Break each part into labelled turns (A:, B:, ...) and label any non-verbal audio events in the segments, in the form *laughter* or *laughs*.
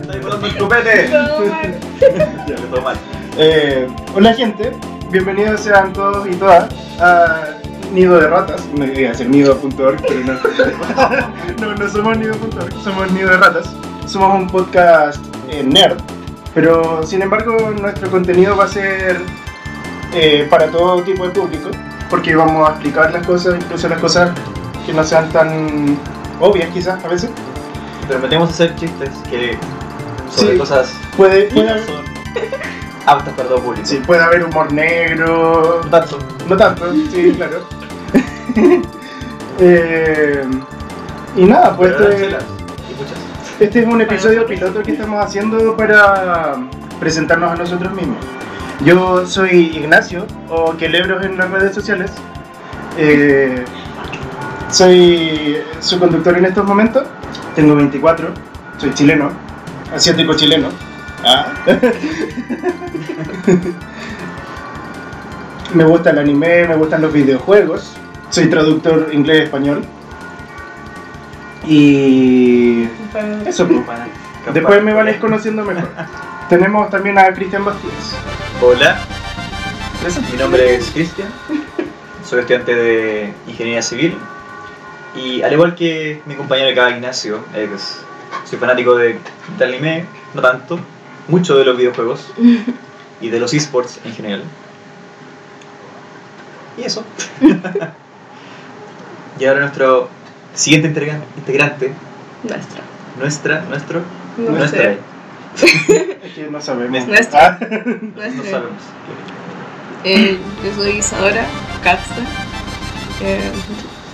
A: estoy volando el copete. Ya me todo mal.
B: Eh, hola gente, bienvenidos sean todos y todas a Nido de Ratas. Me iba a decir nido.org, pero no. *laughs* no, no somos nido.org, somos Nido de Ratas. Somos un podcast eh, nerd, pero sin embargo nuestro contenido va a ser eh, para todo tipo de público, porque vamos a explicar las cosas, incluso las cosas que no sean tan obvias quizás a veces.
A: Pero metemos a hacer chistes que sobre
B: Sí.
A: cosas
B: Puede,
A: que
B: puede,
A: no
B: haber-
A: son aptas para todo público.
B: sí, puede haber humor negro,
A: No tanto.
B: No tanto, sí,
A: *laughs*
B: claro. Eh, y nada, pues
A: Pero
B: este,
A: chelas y muchas.
B: este es un episodio piloto que estamos haciendo para presentarnos a nosotros mismos. Yo soy Ignacio, o Quelebros en las redes sociales. Eh, soy su conductor en estos momentos. Tengo 24, soy chileno, asiático chileno. Ah. *laughs* me gusta el anime, me gustan los videojuegos. Soy traductor inglés-español. Y eso, pues. después me vais conociendo *laughs* mejor. Tenemos también a Cristian Bastidas.
A: Hola, mi nombre es Cristian, soy estudiante de Ingeniería Civil y al igual que mi compañero acá, Ignacio, ex, soy fanático de, de anime, no tanto, mucho de los videojuegos y de los esports en general. Y eso. y ahora nuestro siguiente integra- integrante,
C: Nuestra.
A: nuestra, nuestro,
C: No
A: nuestra,
C: sé.
B: Es que no sabemos.
C: Nuestro.
B: Ah,
A: no
C: Nuestra.
A: sabemos.
C: Eh, yo soy Isadora Katza. Eh,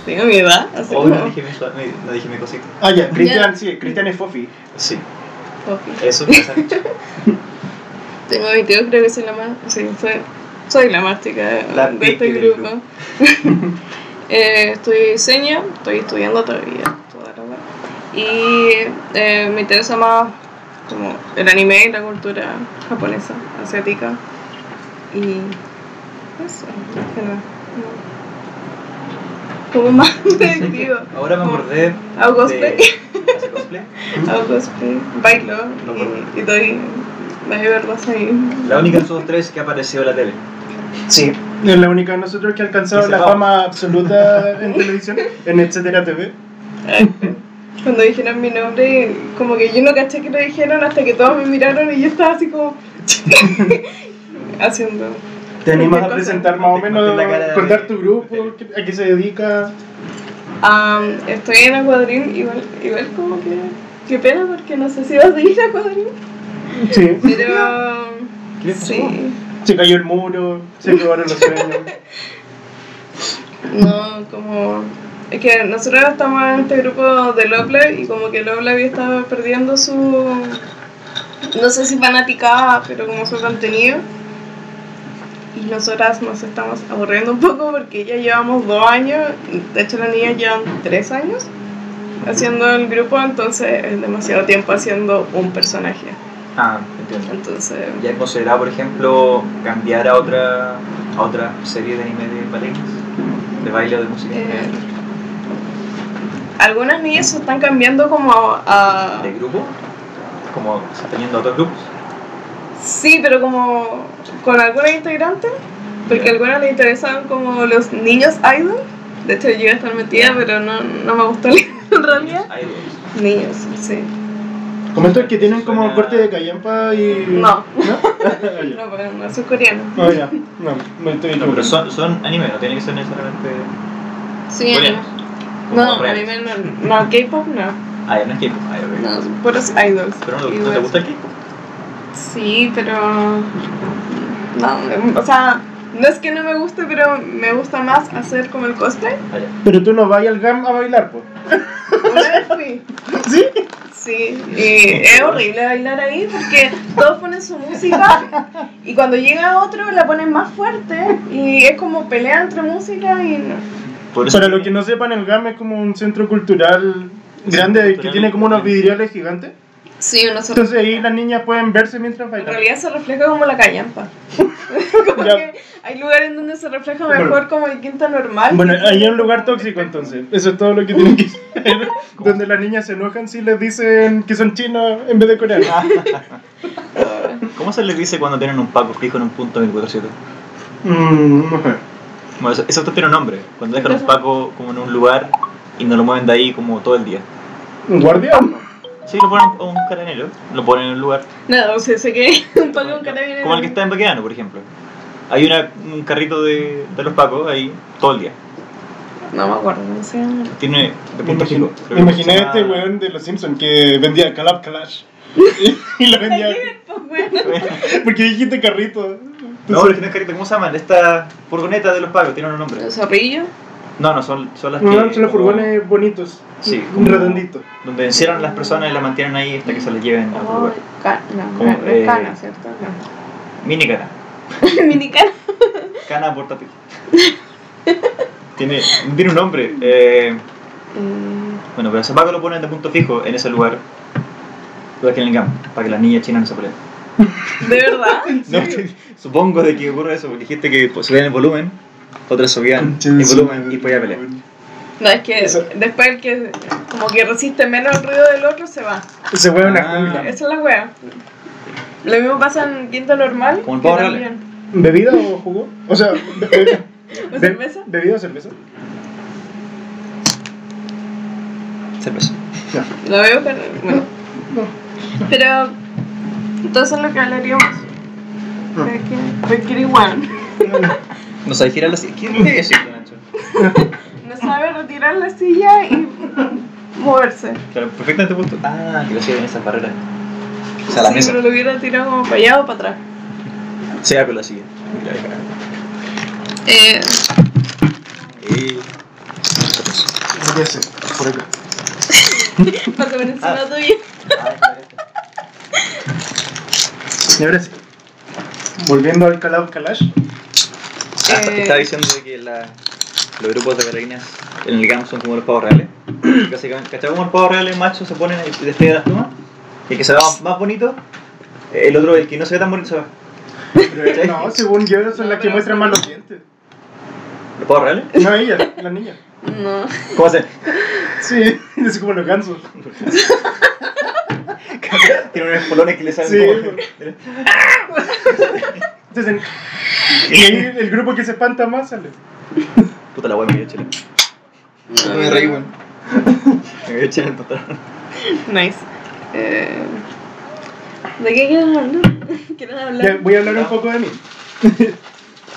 C: tengo mi edad, así
A: Oh,
C: como
A: no dije mi, no dije mi cosita.
B: ah, ya, Cristian, sí, Cristian es Fofi.
A: Sí,
C: Pofi.
A: eso me han dicho.
C: Tengo 22, creo que soy la más. Sí, soy, soy la más chica
A: La
C: de
A: pique
C: este
A: del
C: grupo. *laughs* Eh, estudio diseño, estoy estudiando todavía. toda la wea. y eh, me interesa más como el anime y la cultura japonesa, asiática. Y. Eso, más que nada. No. Como
A: *laughs*
C: más detectivo.
A: Ahora
C: *laughs*
A: me acordé
C: Hago cosplay.
A: de- ¿Hace cosplay?
C: Hago cosplay, bailo
A: No,
C: y, y doy las verlas ahí.
A: La única de nosotros tres que ha aparecido en la tele.
B: Sí. Es la única de nosotros que ha alcanzado
A: Y
B: la
A: sepamos.
B: fama absoluta en televisión, en etcétera TV.
C: Cuando dijeron mi nombre, como que yo no caché que lo dijeron hasta que todos me miraron y yo estaba así como haciendo.
B: ¿Te animas a
C: Cualquier cosa.
B: presentar más o
A: Ponte- ponte
B: menos,
A: la cara de-
B: contar tu grupo, qué- a qué se dedica?
C: Am, um, estoy en la cuadril, igual, igual como que. Qué pena porque no sé si vas a ir a cuadril.
B: Sí.
C: *laughs* Pero.
A: ¿Qué le pasó?
C: Sí.
B: Se cayó el muro, se acabaron los sueños.
C: No, como. Es que nosotros estamos en este grupo de Loplab y como que Loplab ya estaba perdiendo su. No sé si fanaticada, pero como su contenido. Y nosotras nos estamos aburriendo un poco porque ya llevamos dos años, de hecho las niñas llevan tres años haciendo el grupo, entonces es demasiado tiempo haciendo un personaje.
A: Ah, entiendo.
C: Entonces,
A: ¿Ya he considerado, por ejemplo, cambiar a otra, a otra serie de anime de bailarines? ¿De baile o de música? en
C: eh,
A: general?
C: algunas niñas se están cambiando como a,
A: ¿De grupo? ¿Como teniendo otros grupos?
C: Sí, pero como con alguna integrante, porque a algunas le interesan como los niños idol. De hecho, yo iba a estar metida, pero no, no me gustó *laughs* la idea, en realidad.
A: Idols.
C: Niños, sí.
B: Como estos que tienen como
A: Suena-
B: corte de callampa y.
C: No,
B: ¿No? Ah, ya.
C: no, pero no, soy coreano.
B: Ah, ya. No, me estoy
A: No, pero
B: equivocando.
A: son, son anime, no tienen que ser necesariamente
C: Sí,
A: coreanos. Como
C: no, no, a mí
A: reales.
C: me no, no, K-pop no,
A: Ah, ya no es K-pop. Ah, ya, ok.
C: no, puros idols.
A: Pero no, no te
C: Igual.
A: gusta el K-pop.
C: Sí, pero. No, o sea, no es que no me guste, pero me gusta más hacer como el cosplay.
A: Ah, ya.
B: Pero tú no vas al GAM a bailar, pues.
C: Una vez fui.
B: ¿Sí?
C: Sí, y es horrible bailar ahí porque todos ponen su música y cuando llega otro la ponen más fuerte y es como pelea entre música y no.
A: Por eso
B: Para los que no sepan, el GAM es como un centro cultural grande
A: Centro
B: que
A: cultural
B: tiene como unos
A: importante.
B: vidriales gigantes.
C: Sí, nosotros.
B: Entonces ahí las niñas pueden verse mientras
C: En
B: bailan.
C: realidad se refleja como la callampa. *laughs* como
B: Ya.
C: que hay lugares en donde se refleja
B: Bueno.
C: mejor como el quinta normal.
B: Bueno, ahí es un lugar tóxico entonces. Eso es todo lo que tienen que
A: *laughs*
B: saber. Donde las niñas se enojan si les dicen que son chinos en vez de coreanos.
A: Ah. ¿Cómo se les dice cuando tienen un paco fijo en un punto 1407?
B: Mm, no sé.
A: Bueno, eso, eso tiene un nombre. Cuando dejan un
C: Ujú.
A: paco como en un lugar y no lo mueven de ahí como todo el día.
B: ¿Un guardián?
A: Sí, lo ponen a un carabinero, lo ponen en un lugar.
C: Nada, o sea, sé que *laughs* un poco un carabinero.
A: Como el que está en Baquedano, por ejemplo. Hay una, un carrito de, de los pacos ahí todo el día.
C: No me acuerdo, no sé.
A: Tiene de
B: Me
A: punto
B: imagino-
A: fijo. Creo que
B: me imaginé
A: se
B: a
A: llama-
B: este weón de los Simpsons que vendía Calab Clash. y lo vendía.
C: Pues bueno.
B: Porque dijiste carrito.
A: No, pero
B: Entonces,
A: tiene carrito, ¿cómo se llaman? Esta furgoneta de los pacos, tiene un nombre.
C: El zorrillo.
A: No, no, son, son las que.
B: no, son los
A: como-
B: furgones bonitos.
A: Sí,
B: Un
A: como-
B: redondito.
A: Donde encierran las personas y las mantienen ahí hasta que se las lleven a otro
C: Oh,
A: lugar.
C: ca- no,
A: Ah, Como,
C: no, no
A: eh,
C: es cana, ¿cierto? *laughs*
A: Mini cana.
C: No. Minicana.
A: Cana portátil. tiene, tiene un nombre. Eh,
C: Mm,
A: bueno, pero ese paco lo ponen de punto fijo en ese lugar. Lo que en el campo, para que las niñas chinas no se peleen.
C: ¿De verdad?
A: No, *laughs* supongo de que ocurre eso, porque dijiste que pues, subían el volumen, otras subían el volumen y podía pelear.
C: No, es que
B: Eso.
C: después el que como que resiste menos el ruido del otro se va.
B: Ese weón es una
A: Ah.
B: jungla.
C: Esa es la wea. Lo mismo pasa en quinto normal.
A: Como el
C: que
A: pavo real.
C: también.
B: ¿Bebida o jugo? O sea, be- be-
C: ¿O
B: be-
C: cerveza?
B: ¿Bebida o cerveza?
A: Cerveza.
C: Lo veo, pero bueno. Pero entonces lo que hablaríamos es que requiere igual.
A: No sabes girar las... ¿Qué es eso, Nacho?
C: No sabe retirar la silla y moverse.
A: Claro, perfectamente puesto. Ah, que lo hacía en esas barreras. O sea, la
C: Si
A: mesa.
C: no lo hubiera tirado como para allá o para atrás.
A: Sea con la silla. Y la deja.
C: *laughs* Eh,
A: Y-
B: No puede ser, por acá.
C: pasa por encima
A: Ah.
C: tuya.
B: Y ahora sí. Volviendo al Calab Kalash.
A: Ah, estaba diciendo de que la- los grupos de bailarinas en el GAM son como los pavos *clears throat* reales. Básicamente, ¿cachai? Como los pavos reales machos se ponen y despegan las plumas. Y el que se ve más- más bonito, el otro, el que no se ve tan bonito, se va.
B: Pero, No, según yo, son las que muestran más los dientes.
A: ¿Los pavos *laughs* reales?
B: No, ella, la niña.
C: No.
A: ¿Cómo hacen?
B: Sí, *laughs* es como los gansos.
A: *laughs* Tienen unos polones que le salen
B: Sí.
A: como-
B: Entonces, y ahí el grupo que se espanta más sale.
A: Puta la wea, me dio chile. Ah,
C: me reí, weón.
A: Me dio chile en total.
C: *laughs* Nice. Eh, ¿De qué quieren hablar? *laughs* ¿Quieren
B: Ya,
C: hablar?
B: voy a hablar un poco de mí.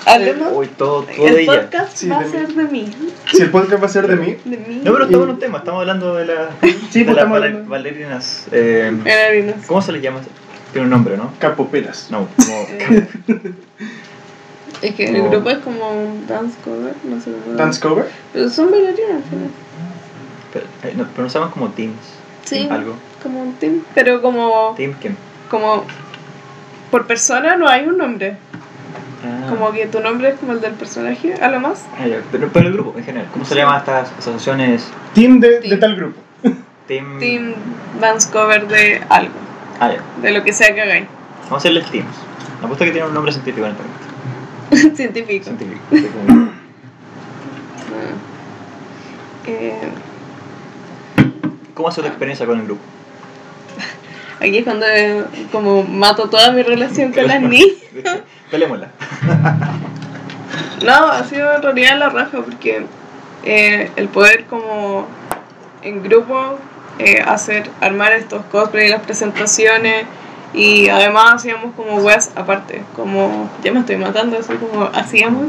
C: Hablemos.
A: Uy, todo, todo de
C: El
A: ella.
C: podcast
B: Sí,
C: va
B: de
C: a ser de mí.
B: Si el podcast va a ser de mí.
C: De mí.
A: No, pero estamos en un tema, estamos hablando de las
B: Sí,
A: de
B: pues
A: las
B: estamos
A: valer-
B: hablando.
A: bailarinas. eh,
C: Era harina.
A: ¿Cómo se les llama? Tiene un nombre, ¿no?
B: Capoperas.
A: No, como.
C: Eh, Es que el
A: No.
C: grupo es como un dance cover, no sé cómo.
B: Dance cover.
C: Pero son bailarinas, al final.
A: Pero, eh, no, pero no se llaman como teams.
C: Sí,
A: Algo.
C: como un team. Pero como,
A: Team que.
C: como por persona no hay un nombre.
A: Ah,
C: Como que tu nombre es como el del personaje, a lo más.
A: ah, ya, pero, pero el grupo en general. ¿Cómo se le llaman estas asociaciones?
B: Team de, de
C: Team.
B: tal grupo.
A: Team.
C: Team dance cover de algo,
A: Ah, ya.
C: de lo que sea que hagáis. *laughs*
A: Vamos a hacerles teams. Apuesto que tiene un nombre científico en esta lista.
C: Científico. Ah.
A: Científico. Sí, como-
C: Eh,
A: ¿Cómo ha sido tu experiencia con el grupo?
C: aquí es cuando eh, como mato toda mi
A: *laughs*
C: relación con las niñas.
A: Pelémosla.
C: No, ha sido en realidad la raja porque eh, el poder como en grupo eh, hacer, armar estos cosplays, las presentaciones y además hacíamos como weas aparte, como ya me estoy matando, así como hacíamos.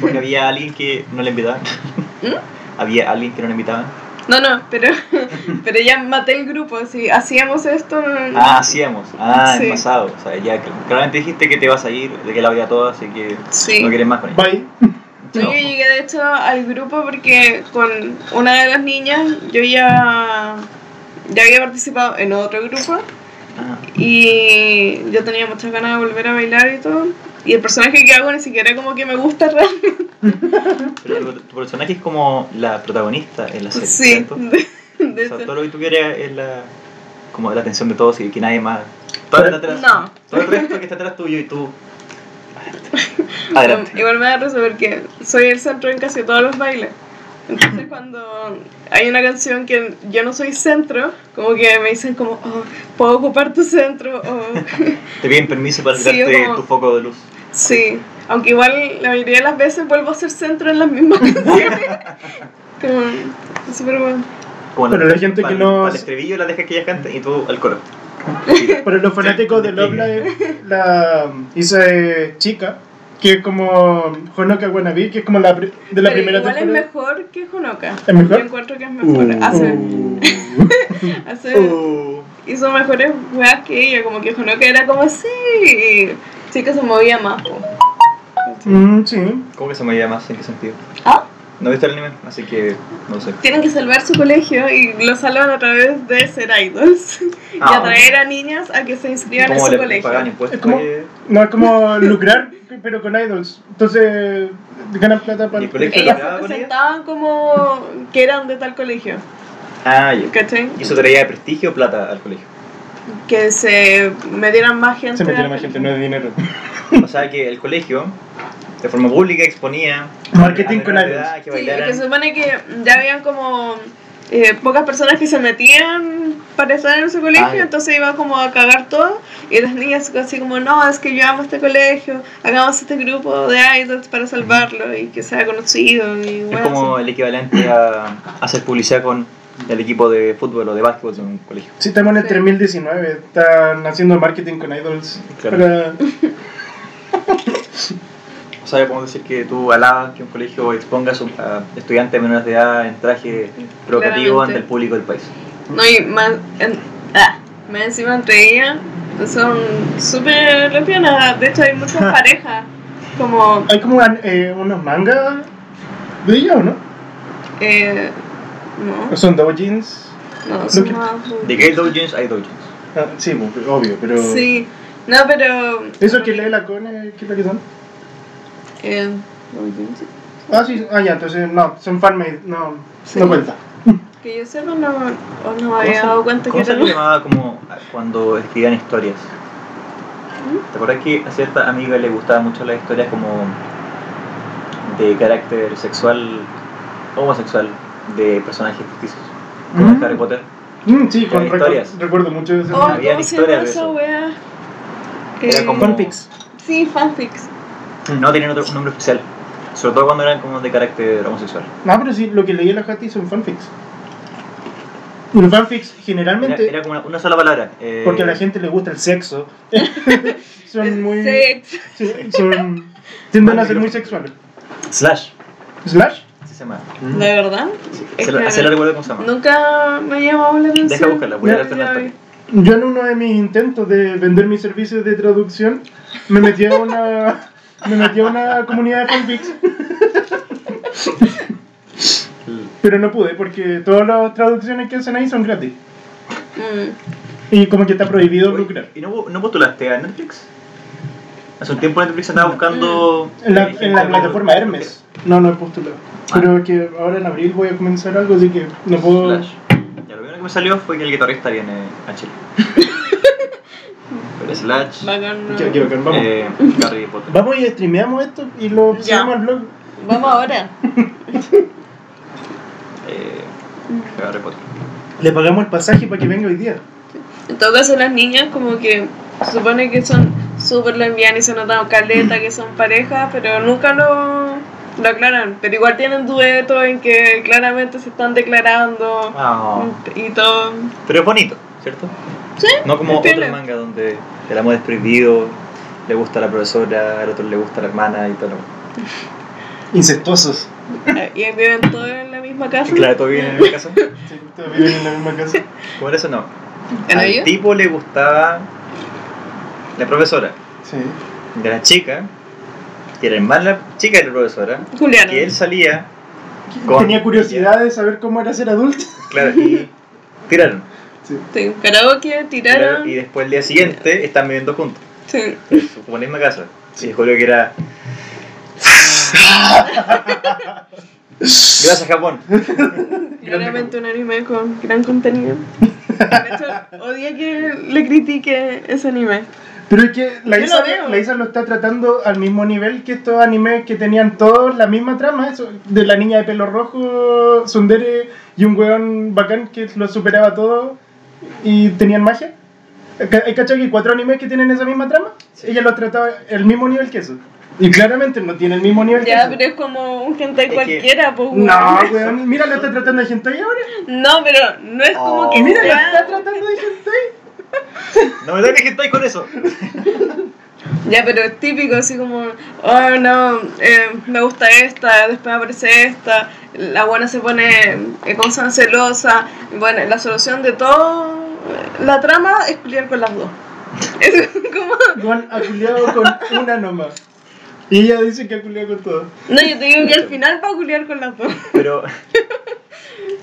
A: Porque había alguien que no le invitaban.
C: ¿Mm?
A: *laughs* Había alguien que no le invitaban.
C: No, no, pero, *laughs* pero ya maté el grupo, así hacíamos esto. no-
A: Ah, hacíamos. Ah, en
C: Sí.
A: pasado. O sea, ya cl- claramente dijiste que te vas a ir, de que la odia toda, así que
C: Sí.
A: no quieres más con ella.
B: Bye.
C: No,
A: Chao.
C: yo llegué de hecho al grupo porque con una de las niñas yo ya, ya había participado en otro grupo
A: Ah,
C: y yo tenía muchas ganas de volver a bailar y todo. Y el personaje que hago ni siquiera como que me gusta realmente.
A: pero tu, tu personaje es como la protagonista en la serie,
C: Sí, *laughs*
A: ¿cierto?
C: de, de
A: O sea,
C: hecho.
A: todo lo que tú quieres es la. como la atención de todos y que nadie más. Todo está atrás.
C: No.
A: Todo el resto que está atrás tuyo y
C: *laughs*
A: tú. Adelante. Adelante.
C: Igual me da risa porque soy el centro en casi todos los bailes. Entonces cuando hay una canción que yo no soy centro, como que me dicen como, oh, puedo ocupar tu centro, Oh, o
A: Te piden permiso para
C: Sí, yo
A: quitarte
C: como-
A: tu foco de luz.
C: sí. Aunque igual la mayoría de las veces vuelvo a ser centro en las
A: *laughs*
C: mismas canciones. como, es súper bueno.
A: Como
B: Pero la gente que
A: para-
B: no-
A: para el estribillo la dejas que ella cante y tú al coro.
B: Para los fanáticos de Love Live, la hice chica, que es como Honoka Wannabe, que es como la pri- de la
C: Pero
B: primera
C: igual
B: temporada.
C: es mejor que Honoka.
B: ¿Es mejor?
C: Yo encuentro que es
B: Uh.
C: mejor. hace, hace, *laughs*
A: Uh.
C: hizo mejores weas que ella, como que Honoka era como así. y Sí que se movía más. po.
B: Mm, sí.
A: *laughs* ¿Cómo que se me llama más? ¿En qué sentido?
C: Ah.
A: No he visto el anime, así que no sé.
C: Tienen que salvar su colegio y lo salvan a través de ser idols y
A: Ah.
C: atraer a niñas a que se inscriban a
A: ¿Cómo
C: su
A: le pagan
C: colegio.
A: impuestos?
B: Es como-
A: Oye,
B: No, es como *laughs* lucrar, pero con idols. Entonces, ganan plata para...
A: ¿Y el colegio?
C: Ellas
A: ¿Pagaba
C: se
A: con
C: presentaban como que eran de tal colegio,
A: Ah, ya.
C: ¿cachai?
A: ¿Y eso traía prestigio o plata al colegio?
C: Que se metieran más gente.
B: Se metieron
C: al
B: más gente, no
C: colegio.
B: es dinero.
A: O sea que el colegio, de forma pública, exponía.
B: Marketing con
A: a menores de
B: idols.
A: edad, Que
C: Sí, es que
A: bailaran.
C: se supone que ya habían como eh, pocas personas que se metían para estar en su colegio,
A: Ah, ya.
C: entonces iba como a cagar todo. Y las niñas así como, no, es que yo amo este colegio, hagamos este grupo de idols para salvarlo y que sea conocido. Y
A: Es
C: bueno,
A: como el equivalente a hacer publicidad con el equipo de fútbol o de básquetbol en un colegio.
B: Sí, estamos en el
C: Sí.
B: 3019, están haciendo marketing con idols.
A: Claro.
B: Para-
A: O sea, podemos decir que tú alabas que un colegio exponga a, su- a estudiantes menores de edad en traje provocativo
C: Claramente.
A: ante el público del país.
C: No, y más, en- ah, más encima entre ellas pues son súper lesbianas. De hecho, hay
A: *laughs*
C: muchas parejas. Como,
B: Hay como an- eh, unos mangas de ella, ¿o no?
C: eh,
B: ¿O
C: no,
B: son doujins?
C: no, son
B: que-
C: más-
A: De gay doujins hay doujins.
B: Ah, sí, bu- obvio, pero...
C: Sí, no, pero.
B: ¿Eso que lee la cone, qué es lo que son?
C: Eh,
B: Ah, sí, ah, ya, entonces no, son fanmade, no,
C: Sí.
B: no cuenta.
C: que yo sepa, no, o no
A: ¿Cómo
C: había
A: se-
C: dado cuenta que
A: ¿Cómo se
C: era.
A: le llamaba como cuando escribían historias? ¿Te acuerdas que a cierta amiga le gustaban mucho las historias como de carácter sexual, homosexual, de personajes ficticios? Como
B: Mm.
A: Harry Potter.
B: Mm, sí,
A: Con
B: con recu-
A: historias.
B: recuerdo mucho de ese
C: Oh,
A: Habían
C: ¿cómo se llama
A: historias de
C: esa
A: eso.
C: wea? Eh,
A: Era como- Fanfics.
C: Sí, fanfics.
A: No tenían otro nombre especial. Sobre todo cuando eran como de carácter homosexual.
B: No, pero sí, lo que leí en la Hattie son fanfics. Y los fanfics
A: Era,
B: generalmente,
A: era como una, una sola palabra. eh,
B: porque a la gente le gusta el sexo, *laughs*
C: Eh,
B: son muy...
C: Sex.
B: sí, Son, tienden a ser muy sexuales.
A: Slash.
B: ¿Slash?
A: Así se llama.
C: La verdad,
A: Sí,
C: Es
A: se, la,
C: que-
A: se la recuerdo cómo se llama.
C: nunca me ha llamado la atención.
A: Deja buscarla, voy a
C: No,
A: darte una
C: ya
A: historia.
C: vi.
B: Yo en uno de mis intentos de vender mis servicios de traducción, me metí a una, me metí a una comunidad de fanfics. Pero no pude porque todas las traducciones que hacen ahí son gratis.
C: Mm,
B: Y como que está prohibido
A: Oye,
B: lucrar.
A: ¿Y no, no postulaste a Netflix? Hace un tiempo Netflix andaba
C: Mm.
A: buscando.
B: En la,
A: eh,
B: en la
A: gente
B: plataforma
A: como-
B: Hermes. No, no he postulado.
A: Ah.
B: Pero que ahora en abril voy a comenzar algo, así que no puedo...
A: Slash. Ya, lo primero que me salió fue que el guitarrista viene
C: *laughs*
A: a Chile. Pero Slash.
C: bacán, ¿no?
B: Ya, ya, bacán, vamos.
A: eh, Harry Potter.
B: Vamos y streameamos esto y lo
C: Ya.
B: subimos al blog.
C: Vamos
A: *laughs*
C: ahora.
A: Eh, Harry Potter.
B: Mm. Le pagamos el pasaje para que venga hoy día.
C: En todo caso, las niñas como que se supone que son súper lesbianas y se nota caleta, que son pareja, pero nunca lo, lo aclaran. Pero igual tienen duetos en que claramente se están declarando
A: Ah.
C: y todo.
A: Pero es bonito, ¿cierto?
C: Sí,
A: No como
C: es piola.
A: otros mangas donde el amor es prohibido, le gusta a la profesora, al otro le gusta a la hermana y todo. lo-
B: Incestuosos.
C: eh, y viven todos en la misma casa.
A: Y claro, todo bien en mi
C: *laughs*
A: casa.
B: Sí, todos viven en la misma casa.
A: Por eso no.
C: ¿En
A: Al
C: ellos?
A: tipo le gustaba la profesora,
B: Sí.
A: de la chica, que era hermana de la chica de la profesora,
C: Juliana.
A: que
B: *laughs*
A: él salía con.
B: Tenía curiosidad de saber cómo era ser adulto.
A: Claro, y tiraron.
C: Sí, karaoke, tiraron.
A: Y después el día siguiente están viviendo juntos,
C: Sí.
A: como en la misma casa. Y descubrió
B: *laughs*
A: que era. Gracias, Japón.
C: Claramente un anime con gran contenido. De hecho, odia que le critique ese anime.
B: Pero es que la
C: Yo
B: Isa,
C: lo veo.
B: la Isa lo está tratando al mismo nivel que estos animes que tenían todos la misma trama, eso, de la niña de pelo rojo, Sundere y un weón bacán que lo superaba todo y tenían magia. Ca- ¿Hay cachado que hay cuatro animes que tienen esa misma trama? Ella lo trataba al mismo nivel que eso. Y claramente no tiene el mismo nivel
C: Ya,
B: que eso.
C: pero es como un hentai
A: Es que-
C: cualquiera, pues.
B: No,
C: weón.
B: weón, mira, lo está tratando de hentai ahora.
C: No, pero no es como
A: Oh.
C: que
B: Mira, lo
C: sea-
B: está tratando de hentai.
A: No me que estáis con eso.
C: Ya, pero es típico, así como, oh no, eh, me gusta esta, después aparece esta, la buena se pone eh, con San celosa, bueno, la solución de todo, eh, la trama es pelear con las dos. *laughs* Es como,
B: Weón ha culiado con una nomás. Y ella dice que ha culiado con todo.
C: no, yo te digo que al final va a culiar con las dos. *laughs*
A: Pero.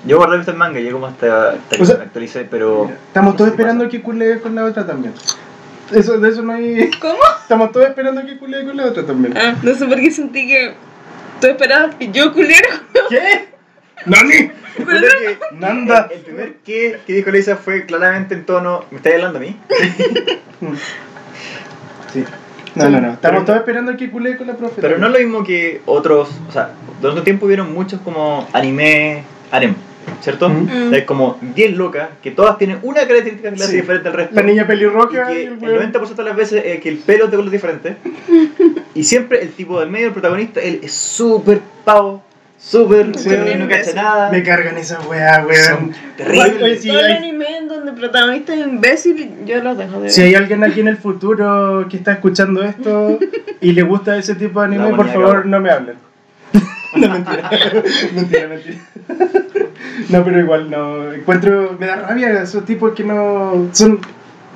A: Yo guardé este manga, llego más hasta, hasta que
B: O sea-
A: me actualicé, pero.
B: Estamos todos esperando que culee con la otra también. Eso, de eso no hay.
C: ¿Cómo?
B: Estamos todos esperando que culee con la otra también.
C: Ah, no sé por qué sentí que tú esperabas que yo culiera.
B: ¿Qué? ¡Nani!
A: Recuerdo que
B: Nanda.
A: El, el primer que, que dijo Lisa fue claramente en tono. ¿Me estáis hablando a mí?
B: Sí. No, no, no. Estamos
A: Pero-
B: todos esperando que culee con la profe.
A: Pero no es
B: también.
A: lo mismo que otros. O sea, durante un tiempo hubieron muchos como anime harem, ¿cierto?
B: Ujú.
C: Mm.
A: Hay como 10 locas que todas tienen una característica que las hace
B: Sí.
A: diferente al resto.
B: La niña
A: Y
B: pelirroja y,
A: que
B: el
A: el
B: weón.
A: 90% de las veces es que el pelo es de color diferente. Y siempre el tipo del medio, el protagonista, él es súper pavo, súper,
B: Sí.
A: weón, no cacha nada.
B: Me cargan esas weas, weón.
A: Son terribles.
B: Oye, si
C: Todo el
B: hay-
C: anime en donde el protagonista es imbécil, yo lo dejo de ver.
B: Si hay alguien aquí en el futuro que está escuchando esto y le gusta ese tipo de anime,
A: La
B: por
A: moneda
B: favor
A: acabó.
B: no me hablen. No, mentira. *laughs* mentira, mentira. No, pero igual no. Encuentro. Me da rabia esos tipos que no. Son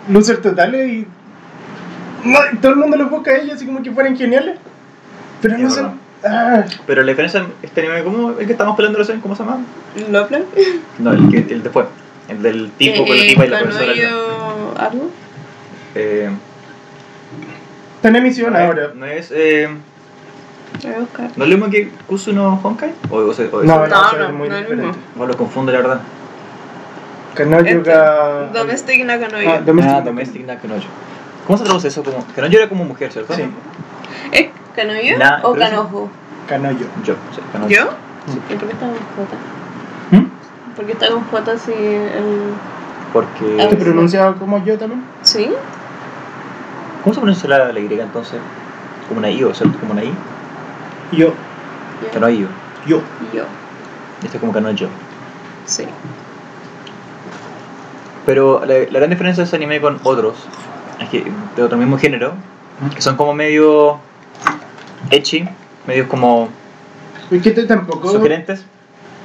B: losers totales y. No, todo el mundo los busca a ellos así como que fueran geniales. Pero no
A: Es
B: son. Ah,
A: Pero la diferencia en este anime, ¿cómo el que estamos peleando recién? ¿Cómo se llama?
C: ¿Loplan?
A: No, el, que, el después. El del tipo con la
C: Eh,
A: tipa y la
C: ¿Canoyo
A: profesora. ¿no?
C: algo?
A: Eh,
B: está en emisión ahora.
A: ¿No es, eh,
C: Voy a buscar.
A: ¿no es lo mismo que Kusuno Honkai? O, o, se- o,
B: No, no,
A: se-
C: No,
B: eso es
C: no,
B: muy
C: no es lo
B: diferente.
A: o lo confundo, la verdad.
B: Canoyo
C: Este,
B: ga-
C: Domestic na
B: Ah,
C: Kanoyo.
B: Domestic.
A: Ah, Domestic Nakanojo. ¿Cómo se traduce eso? Como, Kanojo era como mujer, ¿cierto?
B: Sí.
C: ¿Es Kanoyo
A: Na-
C: ¿Eh? o
A: pero es-
C: Kanojo?
B: Canoyo.
A: Yo, sí, Kanojo.
C: ¿Yo?
B: Sí.
C: ¿Y por qué está con J?
B: ¿Mm?
C: ¿Por qué está con J si el...
A: Porque...
C: Ah,
B: ¿Te pronunciado como yo también?
C: ¿Sí?
A: ¿Cómo se pronuncia la, la Y entonces? Como una I, o sea, como una I.
B: Yo.
C: Yo.
A: Canoyo.
B: Yo.
C: Yo.
A: Esto es como Canojo.
C: Sí.
A: Pero la, la gran diferencia de ese anime con otros, es que- de otro mismo género, que son como medio ecchi, medios como
B: Es que este tampoco.
A: sugerentes.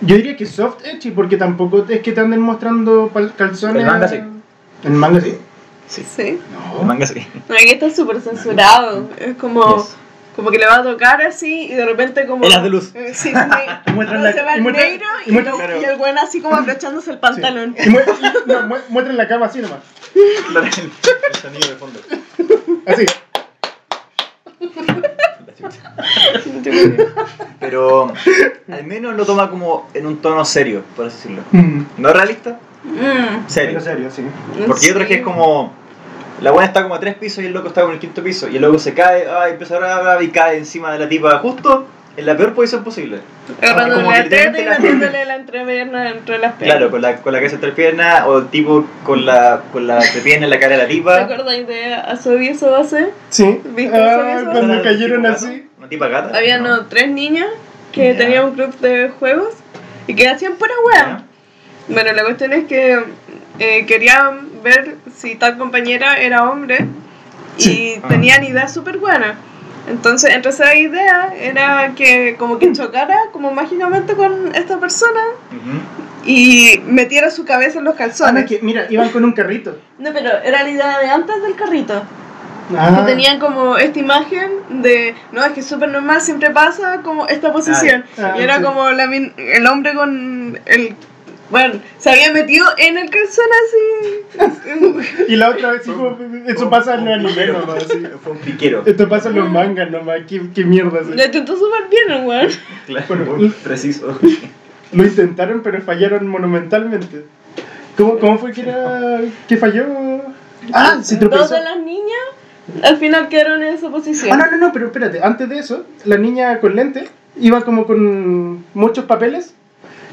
B: Yo diría que soft edgy, porque tampoco es que te anden mostrando pal- calzones.
A: El manga sí.
B: El manga sí.
C: Sí.
A: El
B: No.
A: manga sí.
C: No, aquí está súper censurado. Es como...
A: Oh.
C: Como que le va a tocar así y de repente como...
A: Helas de luz.
C: Eh, Sí, sí.
A: *laughs*
B: Y muestran
C: No,
B: la,
C: se va
B: y
C: el
B: muestran-
C: negro
B: y
C: y,
B: muestran-
C: lo-
A: claro.
C: y el buen así como
A: *laughs*
C: abrochándose el
B: sí.
C: pantalón. *laughs*
B: Y mue- y- no, mue- muestran la cama así nomás.
A: Claro, el, el sonido de fondo.
B: Así.
A: La chucha. Pero al menos lo toma como en un tono serio, por así decirlo. No realista,
C: Mm,
A: serio.
B: Pero serio, sí.
A: Porque hay otros que
C: sí.
A: es como. La buena está como a tres pisos y el loco está como en el quinto piso. Y el loco se cae, ay, empieza a hablar y cae encima de la tipa justo en la peor posición posible.
C: Agarrándole
A: Ah, Como
C: la
A: que
C: teta y
A: literalmente la-
C: metiéndole la entrepierna dentro de las piernas.
A: Claro, con la, con la cabeza entre piernas o el tipo con la, con la entrepierna en la cara de la
C: ¿Te
A: tipa.
C: acordáis de Asobi Asobase?
B: Sí.
C: ¿Viste
B: Ah,
C: eso?
B: cuando
A: Una
B: cayeron
A: tipo
B: así.
A: gata, Una tipa gata.
C: Habían
A: no.
C: ¿no? tres niñas que
A: Ya.
C: tenían un club de juegos y que hacían pura
A: Ya.
C: wea. Bueno, la cuestión es que eh, querían ver si tal compañera era hombre y
B: Sí.
A: Ah.
C: tenían ideas súper buenas. Entonces, entre esa idea era que como que chocara como mágicamente con esta persona
A: Ujú.
C: y metiera su cabeza en los
B: Ah,
C: calzones.
B: que, mira, iban con un carrito.
C: No, pero era la idea de antes del carrito.
B: Ah,
C: Que tenían como esta imagen de, no, es que es súper normal, siempre pasa como esta posición.
B: Ah,
C: y era
B: sí.
C: como la min- el hombre con el... Bueno, se había metido en el calzón así.
B: Y la otra vez, sí, como, eso pasa en los animes nomás. sí.
A: Fue un piquero.
B: Esto pasa en los mangas nomás. Qué, qué mierda. sí.
C: Lo intentó súper bien el weón.
A: Claro,
B: Bueno,
A: muy preciso.
B: Lo intentaron, pero fallaron monumentalmente. ¿Cómo, cómo fue que era que falló? Ah, se
C: Dos
B: tropezó.
C: de las niñas al final quedaron en esa
B: Ah,
C: posición.
B: no, no, no, pero espérate, antes de eso, la niña con lente iba como con muchos papeles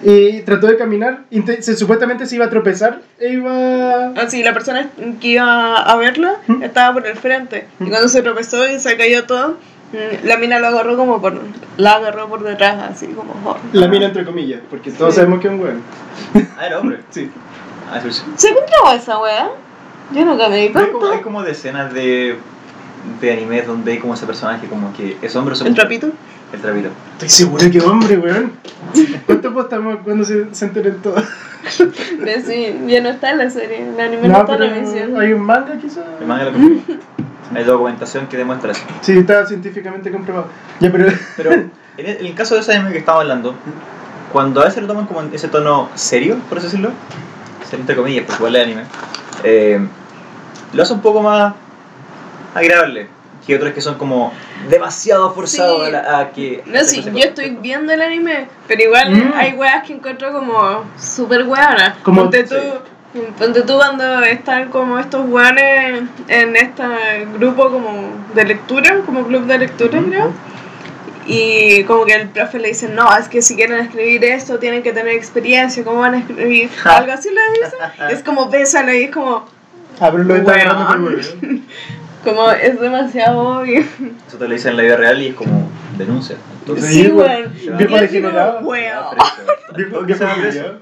B: y trató de caminar, inte- se- supuestamente se iba a tropezar e iba...
C: Así, la persona que iba a verla
B: ¿Mm?
C: estaba por el frente. Y
B: ¿Mm?
C: cuando se tropezó y se cayó todo, mm, la mina lo agarró como por. La agarró por detrás, así como. "Oh".
B: La mina entre comillas, porque todos
C: Sí.
B: sabemos que es un weón.
A: Ah, era hombre.
B: Sí.
A: Ah, sí, sí.
C: ¿Se encontraba esa wea? Yo nunca me di
A: Hay como, hay
C: cuenta.
A: como decenas de, de animes donde hay como ese personaje como que es hombre o es
C: ¿El
A: mujer.
C: trapito?
A: El trapito.
B: Estoy seguro que hombre, weón. ¿Cuánto postamos cuando se, se enteren todos?
C: *laughs* Pero sí, ya no está en la serie. El anime no,
B: No,
C: está en la
B: pero
C: mención.
B: hay un manga quizás.
A: El manga
B: *laughs*
A: lo confirma. Hay documentación que demuestra eso.
B: Sí, está científicamente comprobado. Ya, pero...
A: Pero en el, en el caso de ese anime que estaba hablando, cuando a veces lo toman como en ese tono serio, por así decirlo, serio entre comillas, porque igual es anime, eh, lo hace un poco más agradable que otros que son como demasiado forzados
C: Sí.
A: a, la- a que...
C: No, sí, yo estoy viendo el anime, pero igual
B: Mm.
C: hay weas que encuentro como super weanas.
B: Como-
C: ponte tú, ponte tú cuando están como estos weones en este grupo como de lectura, como club de lectura,
B: *laughs*
A: Ujú.
C: creo. Y como que el profe le dice, no, es que si quieren escribir esto tienen que tener experiencia, ¿cómo van a escribir? Algo así le dice. Es como, bésalo y es como,
B: Ábrelo está
C: Weón.
B: hablando por *laughs* weón.
C: como es demasiado obvio.
A: Eso te lo dicen en la vida real y es como denuncia. Entonces,
B: Sí,
C: Sí,
B: weón.
C: weón.
A: Se va.
C: Y
B: Viejo
C: es como,
B: degenerado.
A: *laughs*
C: weón.
B: Viejo- viejo
A: Se va preso.
B: culiao.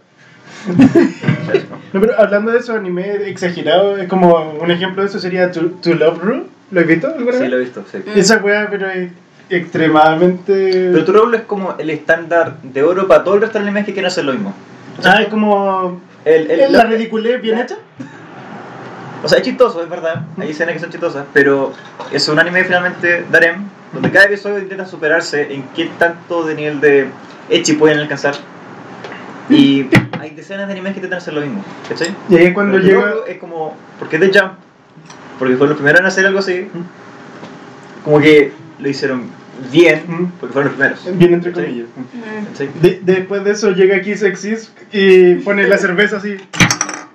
B: *laughs* No, pero hablando de esos anime exagerados, es como un ejemplo de eso sería To, To Love Ru. ¿Lo has visto alguna
A: Sí,
B: vez?
A: lo he visto, sí.
B: Esa weá, pero es extremadamente.
A: Pero tu rol es como el estándar de oro para todo el resto de animes que quieren hacer lo mismo.
B: Ah, es como.
A: El, el-
B: Eh, la ridiculez bien
A: la-
B: hecha.
A: O sea, es chistoso, es verdad. Hay escenas que son chistosas, pero es un anime finalmente Darem, donde cada episodio intenta superarse en qué tanto de nivel de Echi pueden alcanzar. Y hay decenas de animes que intentan hacer lo mismo, ¿cachai?
B: Y ahí es cuando
A: Pero
B: llega.
A: Kuroro Es como, porque es de Jump, porque fueron los primeros en hacer algo así, como que lo hicieron bien,
B: Mm,
A: porque fueron los primeros.
B: Bien entre
A: ¿cachai?
B: comillas.
C: Mm.
A: ¿Cachai?
B: De- después de eso llega aquí Sexis y pone la cerveza así.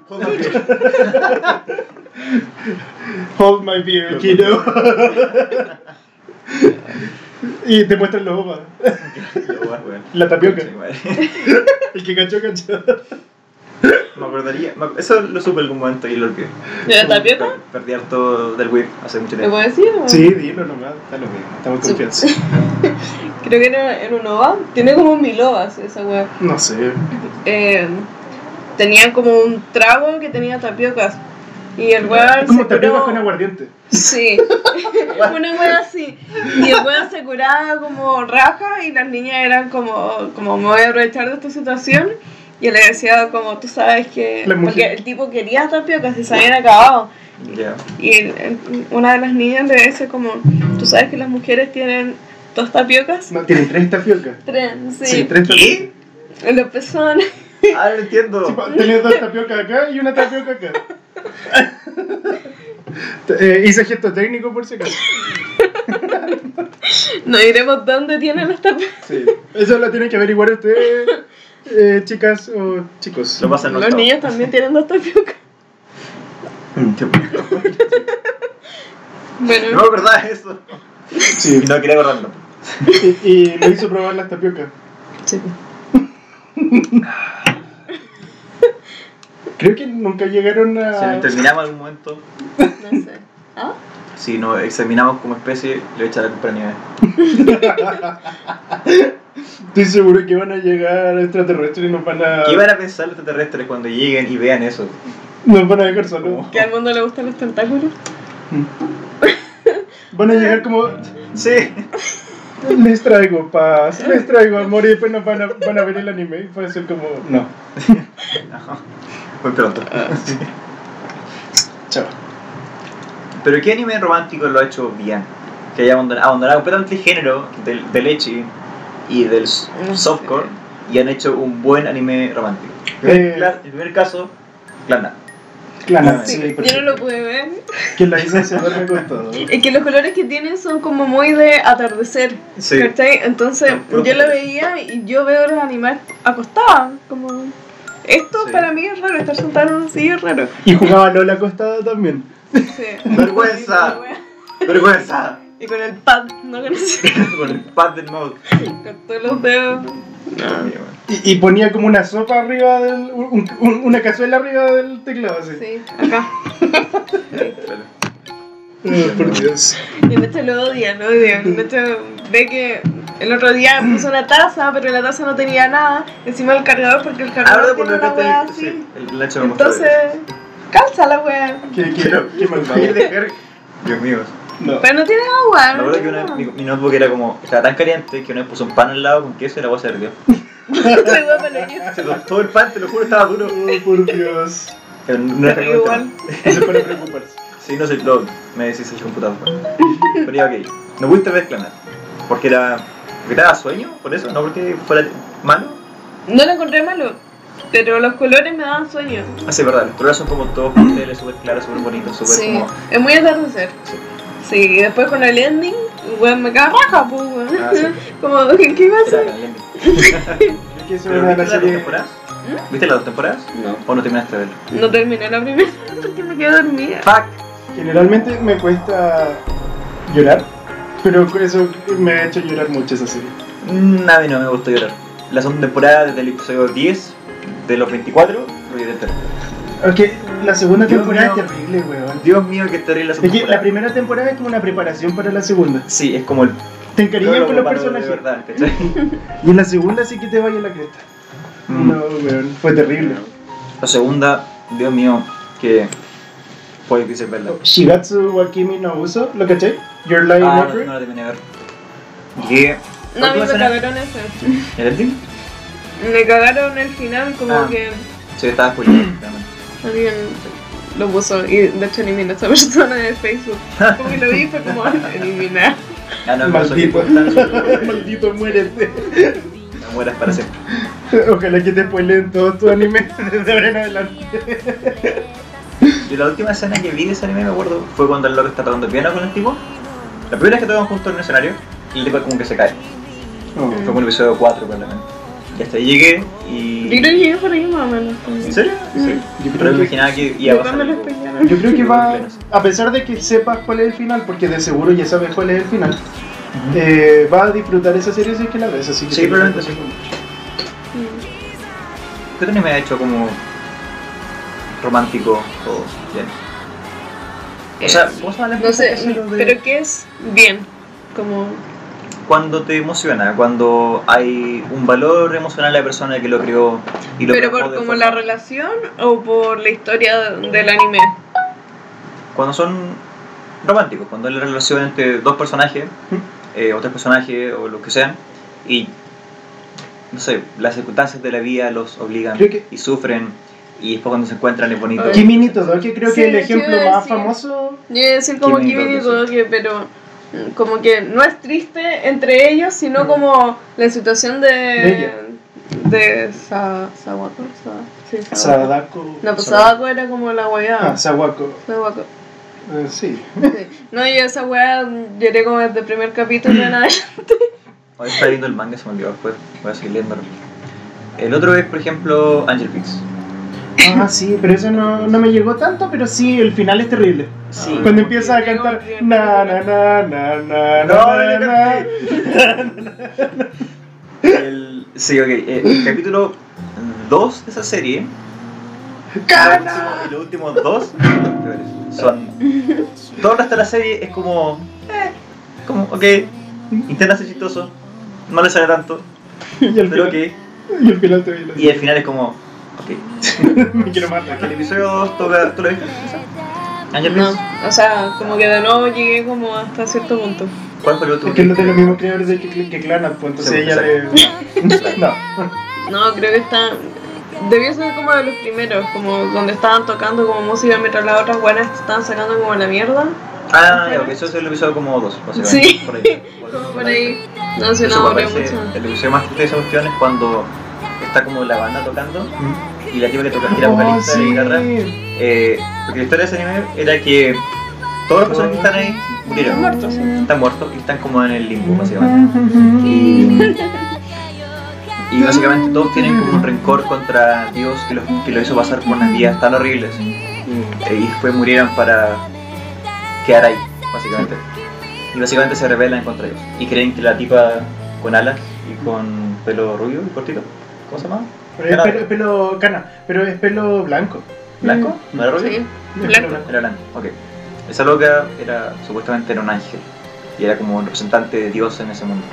B: Mm.
A: *laughs*
B: Hold my beer, kiddo. *laughs* y te muestran los ovas. La tapioca. El que cachó, cachó.
A: *laughs* Me acordaría, me- eso lo supe en algún momento y lo olvidé.
C: ¿De la tapioca?
A: Per- Perdí harto del whip hace mucho
C: ¿Te
A: tiempo.
C: puedo decir? o?
B: Sí, dilo nomás, está lo mismo. Estamos
C: Sí.
B: confianza.
C: Creo que era en un OVA. Tiene como mil OVAs esa weá.
B: No sé.
C: Eh, tenía como un trago que tenía tapiocas. Y el weón
B: Como
C: se
B: tapioca
C: curó.
B: con aguardiente. *laughs*
C: Sí. Una weá así. Y el weón se curaba como raja y las niñas eran como, como me voy a aprovechar de esta situación. Y él le decía como, tú sabes que...
B: La mujer.
C: Porque el tipo quería tapiocas y se habían acabado.
A: Ya.
C: Y el- el- una de las niñas le dice como, tú sabes que las mujeres tienen dos tapiocas.
B: No, tienen tres tapiocas.
C: Tres,
B: Sí, tres tapiocas.
A: ¿Qué?
C: En los pezones.
A: Ah, lo
B: Sí,
A: *laughs* entiendo.
B: pa- tenés dos tapiocas acá y una tapioca acá. Eh, hice gesto técnico por si acaso.
C: *laughs* No diremos dónde tienen las tapas.
B: Sí. Eso lo tienen que averiguar ustedes, eh, chicas o chicos.
A: Lo pasan
C: Los niños también tienen dos tapiocas.
A: No
C: *laughs* Bueno,
A: es verdad eso.
B: Sí.
A: *laughs* Y no quería acordarlo.
B: Y, y lo hizo probar las tapiocas.
C: sí.
B: Creo que nunca llegaron
A: Si nos
B: a.
A: terminamos en algún momento,
C: no sé. ¿Ah?
A: si nos examinamos como especie, le voy a echar la culpa a nieve.
B: Estoy seguro que van a llegar extraterrestres y nos van a.
A: ¿Qué van a pensar los extraterrestres cuando lleguen y vean eso?
B: Nos van a dejar solos.
A: Oh.
C: Que al mundo le gustan los tentáculos.
B: Van a llegar como.
A: Sí.
B: *laughs* Les traigo
C: *laughs*
B: paz, les traigo amor y después nos van a, van a ver el anime y puede ser como.
A: *laughs*
B: No.
A: Ajá. Muy pronto.
B: Chao.
A: Pero ¿qué anime romántico lo ha hecho bien? Que haya abandonado, abandonado completamente el género del, del ecchi y del s-
C: No sé.
A: softcore y han hecho un buen anime romántico.
B: Eh.
A: Cla- el primer caso, Glanda. Ah,
B: Claro,
C: Sí,
B: sí,
C: yo no lo pude ver.
B: Que la hizo se duerme con todo.
C: Es que los colores que tienen son como muy de atardecer.
A: Sí.
C: ¿Cachai? Entonces
A: No, puro
C: yo lo
A: colores.
C: veía y yo veo los animales acostados. Como. Esto
A: Sí.
C: para mí es raro, estar sentado en una silla es raro.
B: Y jugaba Lola acostada también.
C: Sí.
A: Vergüenza. *laughs* ¡Vergüenza!
C: Y con el pad, no con,
A: *laughs* Con el pad del mouse.
C: con todos los dedos.
B: Y, y ponía como una sopa arriba del. un- un- una cazuela arriba del teclado, así.
C: Sí, acá.
B: Ah, por Dios.
C: Y el Nacho lo odia, lo odia. El Nacho ve que el otro día puso una taza, pero la taza no tenía nada. Encima del cargador, porque el
A: Ahora
C: cargador
A: por
C: tiene
A: lo
C: una
A: que
C: wea
A: está
C: así.
A: Sí, el Nacho me mostró.
C: Entonces, calza la wea.
B: Qué, qué, qué malvado.
A: Oye, dejar- Dios mío.
B: No.
C: Pero no tiene agua.
A: La
C: no
A: verdad que
C: tiene
A: una,
C: *laughs* nada.
A: mi, mi notebook era como, estaba tan caliente que una vez puso un pan al lado con queso y la agua se hervió.
C: Esa wea me lo hizo.
A: Se todo el pan, te lo juro, estaba duro.
B: Oh, por Dios.
A: Pero no
C: Se
A: era
C: ríe igual.
B: Eso para preocuparse.
A: Sí, no sé, lo, me decís el computador. *laughs* Pero ya, ok. No pudiste reclamar. Porque era. Porque te daba sueño, por eso, no porque fuera malo.
C: No lo encontré malo, pero los colores me daban sueño.
A: Ah, sí, verdad, los colores son como todos pasteles, súper claros, súper bonitos, súper como.
C: es muy atardecer. Sí, y después con el ending, weón, me caga raja, pues, weón.
A: Ah, sí. *laughs*
C: Como, *laughs* ¿qué qué iba a
A: Era
C: hacer?
A: caliente.
B: Es que eso
A: Pero
B: era la
A: ¿Viste las dos
B: serie.
A: temporadas? ¿Viste las dos temporadas?
B: No.
A: ¿O ¿Mm? no terminaste de verlo?
C: No terminé la primera *laughs* porque me quedé dormida.
A: ¡Fuck!
B: Generalmente me cuesta llorar, pero eso me ha hecho llorar mucho esa serie.
A: Mm, a mí no me gustó llorar. La segunda temporada, desde el episodio 10, de los 24, lo lloré entero.
B: Aunque la segunda
A: Dios
B: temporada
A: mío.
B: es terrible, weón.
A: Dios mío, que terrible la
B: Es
A: segunda
B: que la
A: temporada.
B: primera temporada es como una preparación para la segunda.
A: Sí, es como el.
B: Te encariñas
A: prólogo
B: con los
A: para de
B: personajes.
A: verdad, *laughs* ¿cachai?
B: Y en la segunda sí que te vaya la cresta.
A: Mm.
B: No, weón, fue terrible.
A: La segunda, Dios mío, que fue difícil verla.
B: Shigatsu wa Kimi no Uso, ¿lo caché? Your Lie
A: Ah, no,
B: Record.
A: no la terminé de ver. Llegué.
C: No, a mí me
A: ¿Cuánto va a
C: cagaron eso.
A: ¿El ending?
C: Me cagaron el final, como
A: Ah.
C: que
A: Sí,
B: *clears throat*
A: estaba spoileando, realmente.
C: alguien lo puso. Y de hecho eliminé a esa *laughs* persona de Facebook. Como que lo vi y fue como,
A: *laughs*
C: eliminar.
A: Ah, no, me pasó que
B: Maldito. *laughs*
A: cortaron.
B: Maldito, muérete.
A: No mueras para siempre.
B: Ojalá que te spoilen todo tu anime *laughs* desde ahora en adelante.
A: Y la última escena que vi de ese anime, me acuerdo, fue cuando el loco está tocando el piano con el tipo. La primera vez que tocamos juntos en un escenario, y el tipo como que se cae.
B: Mm. Eh,
A: Fue como el episodio 4, probablemente. Y hasta ahí llegué y...
C: Yo creo que llegué por ahí más o menos.
A: ¿En serio? Sí.
B: Mm. Yo
A: Pero
B: creo
A: me
B: que-
A: imaginaba que iba a
C: Yo
A: pasar
C: también lo
A: algo.
C: esperaba.
B: Yo creo que va,
A: Pleno, sí.
B: a pesar de que sepas cuál es el final, porque de seguro ya sabes cuál es el final, eh, vas a disfrutar esa serie si es que la ves, así que...
A: Sí, probablemente sí. ¿Qué otro anime ha hecho como romántico o bien? O sea, ¿cómo se llama la
C: Eh, No sé,
A: empresa que hace lo de-
C: pero ¿qué es bien? Como,
A: Cuando te emociona, cuando hay un valor emocional a la persona que lo creó y lo
C: pero
A: plasmó
C: por
A: de
C: como
A: forma-
C: la relación o por la historia del anime.
A: Cuando son románticos, cuando hay la relación entre dos
C: *laughs*
A: personajes, eh, o tres personajes, o lo que sean, y no sé, las circunstancias de la vida los obligan
B: Creo que-
A: y sufren, y después cuando se encuentran es bonito.
C: Ay.
B: Kimi ni Todoke creo
C: Sí,
B: que el
C: yo iba
B: ejemplo
C: a
B: más
C: decir.
B: famoso...
C: Yo iba a decir como
A: Kimi
C: Kimi
A: ni
C: ni
A: Todoke,
C: Todoke, pero mm, como que no es triste entre ellos, sino
B: Mm.
C: como la situación de.
B: De ella.
C: de Sa- Sawako. Sa- sí, Sawako.
B: Sadako...
C: No, pues
B: Sadako.
C: Sawako era como la
B: Ah,
C: guayada.
B: Sawako.
C: Sawako.
B: Eh, sí.
C: Sí. No, yo esa weá mm, lloré como desde el primer capítulo
B: *clears throat*
C: en adelante.
A: Hoy está viendo el manga, se me olvidó después. Voy a seguir leyéndolo. El otro es, por ejemplo, Angel Pix.
B: Ah, sí, pero eso no, no me llegó tanto, pero sí, el final es terrible.
A: Sí.
B: Cuando empieza a
C: Me llegó
B: cantar...
C: bien.
B: Na, na, na, na, na,
A: No, no,
B: na,
A: no,
B: na,
A: El, sí, ok. eh, El capítulo 2 de esa serie. Y los últimos dos son los peores. Son. Todo el resto de la serie es como. eh, como, ok. Intenta ser chistoso. No le sale tanto.
B: Y el
A: Pero
B: final,
A: ok.
B: y el final te baila.
A: Y el final es como.
B: *laughs*
A: Ok.
B: Me quiero matar.
A: El episodio 2 toca. ¿Tú lo viste? Angel
C: No,
A: Pix.
C: o sea, como que de nuevo llegué como hasta cierto punto.
A: ¿Cuál fue el último?
B: Es que no tiene los mismos creadores de que, que Clannad, pues entonces ella le... *laughs* No.
C: No, creo que está... Debió ser como de los primeros, como donde estaban tocando como música mientras las otras buenas estaban sacando como la mierda.
A: Ah, ya, ok. Eso es el episodio como 2, básicamente.
C: Sí.
A: Por ahí.
C: Como por ahí. No sé,
A: Eso
C: no
A: me
C: hablé
A: parece-
C: mucho.
A: El episodio más triste de esa cuestión es cuando está como la banda tocando y la tipa que toca que
C: Oh,
A: era vocalista
B: Oh,
A: de guitarra. eh, porque la historia de ese anime era que todas las personas que están ahí
C: Están
A: murieron.
C: muertos, sí.
A: Están muertos y están como en el limbo, básicamente. Y, y Y básicamente todos tienen como un rencor contra Dios que los, que los hizo pasar por unas vidas tan horribles. Eh, Y después murieron para quedar ahí, básicamente. Y básicamente se rebelan contra Dios. Y creen que la tipa con alas y con pelo rubio y cortito, ¿cómo se llama?
B: Pero es
A: Cana.
B: pelo, pelo cana, pero es pelo blanco.
A: ¿Blanco? ¿No era rubio?
C: Sí.
B: Es pelo
C: Blanco.
A: Era blanco, ok. Esa loca era supuestamente era un ángel y era como un representante de Dios en ese mundo.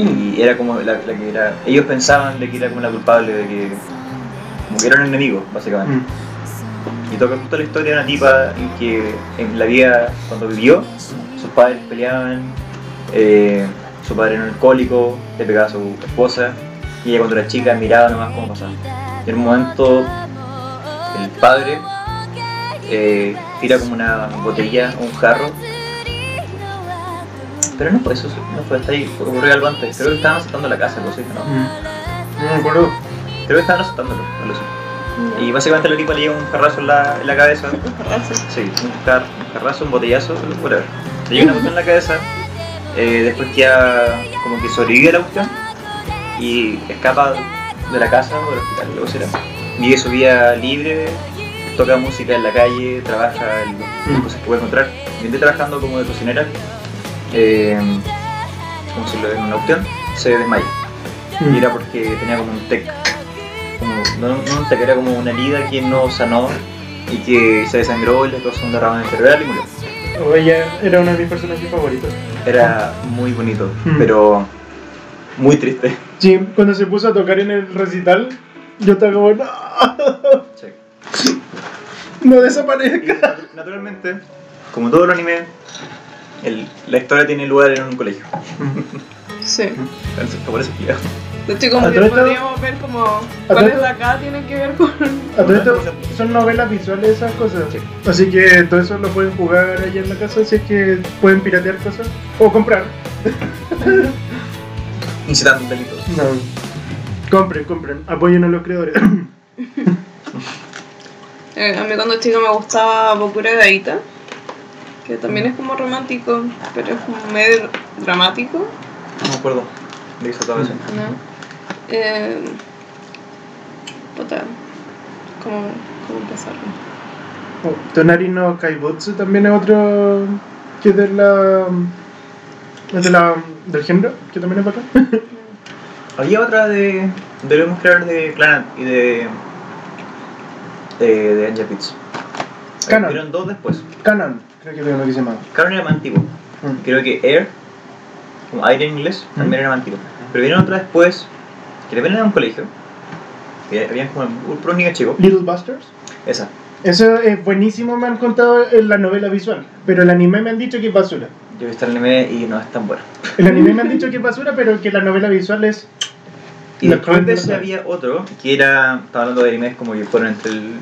A: Y era como la, la que era. Ellos pensaban de que era como la culpable de que. Como que era un enemigo, básicamente.
B: Mm.
A: Y toca justo la historia de una tipa en que en la vida, cuando vivió, sus padres peleaban, eh, su padre era un alcohólico, le pegaba a su esposa, y ella cuando era chica miraba nomás cómo pasaba. Y en un momento, el padre eh, tira como una botella o un jarro. Pero no fue eso, no fue hasta ahí, fue- ocurrió algo antes. Creo que estaban asaltando la casa, algo así, ¿no?
B: Mm. No me acuerdo.
A: Creo que estaban asaltándolo, algo así. Y básicamente la tipa le lleva un jarrazo en la, en la cabeza. Sí, un, jar- un jarrazo, un botellazo, whatever. Le llega una cuestión en la cabeza, eh, después queda como que sobrevive a la cuestión y escapa de la casa o del hospital, luego será. Vive su vida libre, toca música en la calle, trabaja en las cosas que puede encontrar. Viene trabajando como de cocinera, eh, como si lo en una cuestión, se desmaya.
B: Mm.
A: Y era porque tenía como un tec. Como, no, no un tec, era como una herida que no sanó y que se desangró y le causó un derrame cerebral y murió.
B: O ella era uno de mis personajes favoritos.
A: Era muy bonito,
B: Mm.
A: pero muy triste.
B: Sí, cuando se puso a tocar en el recital, yo estaba como, no, no
A: Y
B: desaparezca.
A: natu- naturalmente, como todo el anime, el- la historia tiene lugar en un colegio.
C: Sí.
A: Entonces, Por eso explica.
C: De hecho, como
B: ¿A
C: que
B: todo esto?
C: podríamos ver como
B: todo
C: cuál es
B: esto?
C: la acá tiene que ver con...
B: A todo esto, son novelas visuales esas cosas.
A: Sí.
B: Así que todo eso lo pueden jugar allá en la casa, así que pueden piratear cosas. O comprar.
A: Incitando un delito.
B: No. Compren, compren. Apoyen a los creadores.
C: Eh, a mí cuando chica me gustaba Bokura Gaita, que también es como romántico, pero es como medio dramático,
A: No me acuerdo. De eso todo eso.
C: ¿no? Eh, puta, ¿cómo, cómo
A: *laughs*
C: empezarlo?
B: Oh, Tonari no Kaibutsu también es otro que es de la. Es de la. del género, que también es bacán.
A: Había otra de, de los mismos creadores de Clan y de. de, de Angel Beats.
B: Canon.
A: Hubieron dos después.
B: Canon, creo que es lo que se llama.
A: Canon era más antiguo.
B: Mm.
A: Creo que Air, como aire en inglés, también era más antiguo. Pero vieron otra después, que también era un colegio. Que habían como un puro niño chico.
B: Little Busters.
A: Esa.
B: Eso es buenísimo, me han contado en la novela visual, pero el anime me han dicho que es basura.
A: Yo he visto el anime y no es tan bueno.
B: El anime me han dicho que es basura, pero que la novela visual es...
A: Y
B: La
A: después de ese
B: Chronicle.
A: había otro, que era, estaba hablando de animes como que fueron entre el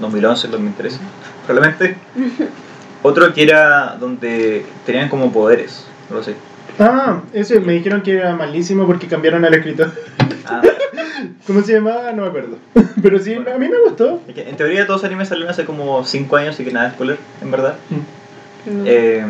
A: 2011 y el 2013, *laughs* probablemente. otro que era donde tenían como poderes, no lo sé.
B: Ah, ese me dijeron que era malísimo porque cambiaron al escritor.
A: Ah,
B: ¿Cómo se llamaba? No me acuerdo. *laughs* Pero sí, a mí me gustó.
A: es que en teoría todos los animes salieron hace como 5 años, así que nada de spoiler, en verdad.
C: No.
A: Eh,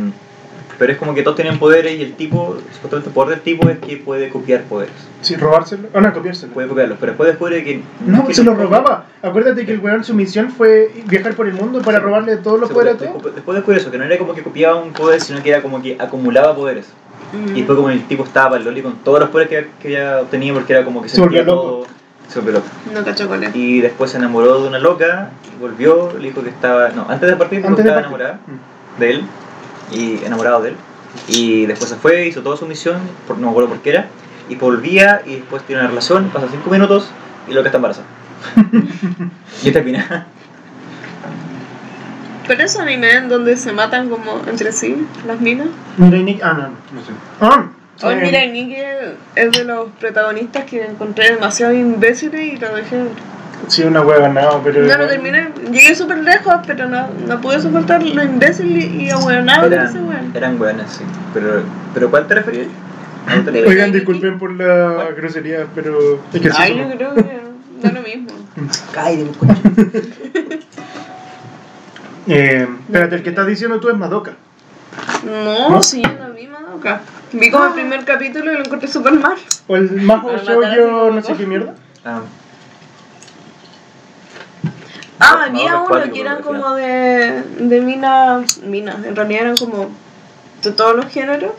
A: pero es como que todos tienen poderes y el tipo, supuestamente el poder del tipo es que puede copiar poderes.
B: Sí, robárselo. Ah, no, copiárselo.
A: Puede copiarlos, pero después descubre que...
B: No,
A: que
B: se lo robaba. Acuérdate que el weón su misión fue viajar por el mundo para robarle todos los
A: Sí,
B: poderes a
A: después-
B: todos.
A: Después descubre eso, que no era como que copiaba un poder, sino que era como que acumulaba poderes.
C: Mm.
A: Y después como el tipo estaba para el loli con todos los poderes que, que había obtenido porque era como que
B: Se volvió
A: sentía
B: loco.
A: todo- Se volvió loco.
C: No cacho cuál es.
A: Y después se enamoró de una loca, y volvió, le dijo que estaba... No, antes de partir, dijo que
B: Antes de
A: estaba
B: partir.
A: enamorada de él, y enamorado de él. Y después se fue, hizo toda su misión, por, no me acuerdo por qué era, y volvía, y después tiene una relación, pasa cinco minutos, y loca
B: *laughs*
A: está embarazada. y termina.
C: Pero es un anime en donde se matan como entre sí las minas.
B: Mirai Nikki- Ah, no, no sé. Ah,
C: Oh,
B: eh,
C: mira, Nick es de los protagonistas que encontré demasiado imbéciles y lo dejé
B: Sí, una hueá ganado, pero...
C: No lo terminé, llegué súper lejos, pero no, no pude soportar lo imbécil y- y ahueonado que ese
A: Eran,
C: weón.
A: eran buenas, sí. Pero, ¿Pero cuál te referías? ¿A cuál te referías?
B: Oigan, disculpen por la grosería, pero... Es que sí,
C: Ay,
B: somos-
C: yo creo que da
B: *laughs*
C: lo mismo.
A: Cállate, coño.
B: Eh, espérate, el que estás diciendo tú es Madoka.
C: No,
B: ¿No? Ah.
C: sí, yo no vi Madoka. Vi como el primer capítulo y lo encontré súper mal.
B: O el Majo
C: Para
B: Show
C: matar
B: yo
C: así
B: no sé
C: como-
B: qué mierda.
A: Ah,
C: Ah,
A: No, no,
C: había uno
A: acuático,
C: que eran
A: creo que
C: como de, de minas, minas, en realidad eran como de todos los géneros,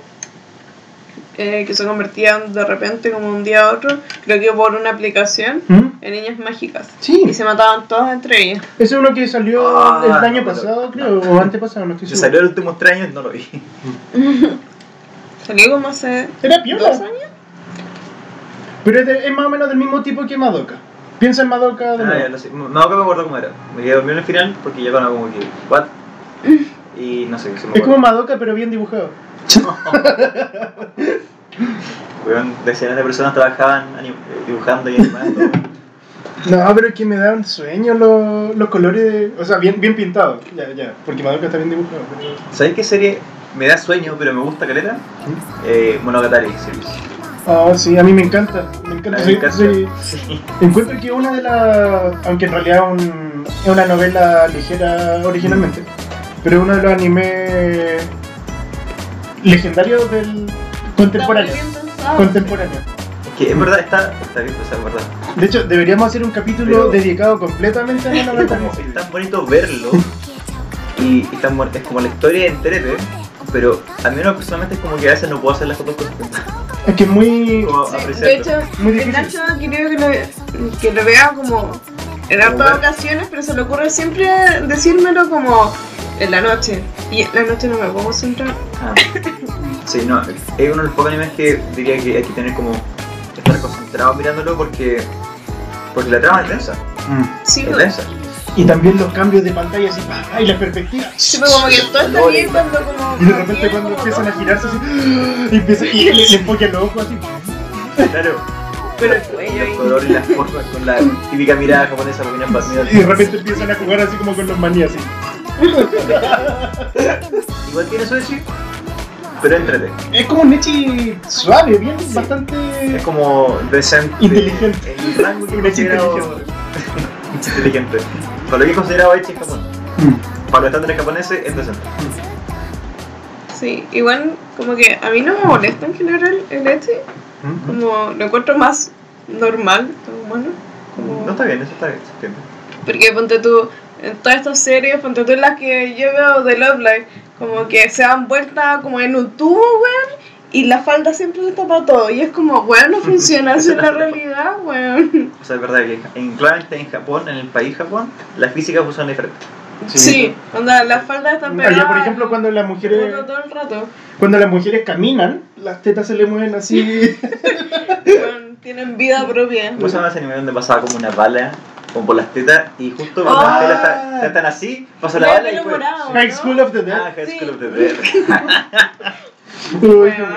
C: eh, que se convertían de repente como un día a otro, creo que por una aplicación,
B: ¿Mm?
C: en niñas mágicas.
B: Sí,
C: Y se mataban todas entre ellas.
B: ese es uno que salió
A: Ah,
B: el
A: no,
B: año
A: pero-
B: pasado, creo,
A: *laughs*
B: o antepasado, no estoy
A: se
B: seguro.
A: salió el último tres años y no lo vi.
C: Salió como hace
B: Era
C: dos
B: piola,
C: años.
B: pero es, de- es más o menos del mismo tipo que Madoka. Piensa en Madoka de
A: Ah, ya
B: nuevo.
A: no sé. No, que me acuerdo cómo era. Me quedé dormido en el final porque ya no como que. ¿What? Y no sé, se me
B: Es como
A: acuerdo.
B: Madoka, pero bien dibujado.
A: Weón, Decenas de personas trabajaban anim- eh, dibujando y animando.
B: No, pero es que me daban sueño los, los colores, de- o sea, bien, bien pintados. Ya, ya, porque Madoka está bien dibujado. pero-
A: ¿Sabéis qué serie me da sueño pero me gusta caleta? Eh, Monogatari series.
B: Ah, sí, a mí me encanta. Me
A: A
B: encanta.
A: mí
B: soy-
A: me encanta.
B: soy-
A: Sí.
B: encuentro que una de las. Aunque en realidad un- es una novela ligera originalmente, pero es uno de los animes legendarios del contemporáneo.
C: Está muy bien pensado.
B: Contemporáneo.
A: Es que en verdad está, está bien, o sea, en verdad.
B: De hecho, deberíamos hacer un capítulo
A: Pero-
B: dedicado completamente a la
A: Es,
B: novela.
A: *laughs* como, es tan bonito verlo y, y tan bon- es como la historia entera, pero a mí no, personalmente es como que a veces no puedo hacer las cosas correctas.
B: Es que es muy.
A: Como
C: Sí, de
A: apreciarlo.
C: hecho,
B: Muy
C: el
B: difícil.
C: Nacho ha querido que lo, que lo vea como en hartas
A: Como ver.
C: ocasiones, pero se le ocurre siempre decírmelo como en la noche. Y en la noche no me puedo centrar.
A: Ah. Sí, no, es uno de los pocos animes que diría que hay que tener como estar concentrado mirándolo porque porque la trama es densa,
C: Sí,
A: es
C: pues.
A: densa.
B: Y también los cambios de pantalla así, pa, y las perspectivas.
C: Sí, pues, como que todo está bien cuando como...
B: Y de repente cuando
C: como
B: empiezan a
C: todo.
B: girarse así, y, empieza, y le, le enfocan los ojos así.
A: Claro,
C: Pero el cuello
A: el
C: ahí.
A: color y las formas con la típica mirada japonesa porque no es para mirar.
B: Y de repente empiezan a jugar así como con los manías así.
A: Igual tiene su decir, pero entrete.
B: Es como un Nechi suave, bien, bastante.
A: Es como decente.
B: Inteligente.
A: En el rango que
B: Un Nechi
A: considerado-
B: inteligente.
A: inteligente. Para lo que he considerado hecho en Japón.
B: Mm.
A: Para los estándares japoneses es decente.
C: Sí, igual como que a mí no me molesta en general el este.
B: ¿Mm?
C: Como lo encuentro más normal, como humano. Como...
A: No está bien, eso está bien, se entiende.
C: Porque ponte tú, en todas estas series, ponte tú en las que yo veo de Love Live, como que se dan vuelta como en un tubo, weón, y la falda siempre se tapa todo. Y es como, weón, no funciona eso en la realidad, weón.
A: O sea, es verdad que en, claramente en Japón, en el país Japón, las físicas funcionan diferente.
B: Sí.
C: Sí, onda, las faldas están pegadas.
B: Allá, por ejemplo, cuando las mujeres
C: todo, todo el rato.
B: cuando las mujeres caminan, las tetas se le mueven así.
C: Weón, tienen vida propia.
A: ¿Cómo se llama ese anime donde pasaba como una bala, como por las tetas, y justo cuando
C: Ah.
A: las tetas están- están así, pasa la
C: Me
A: bala y
C: veo
A: fue...
C: morado,
B: *laughs* High
C: ¿no?
B: School of the
A: Ah,
B: Dead.
A: High School of the
C: Sí. *laughs*
A: Dead.
B: Uy,
C: Weón.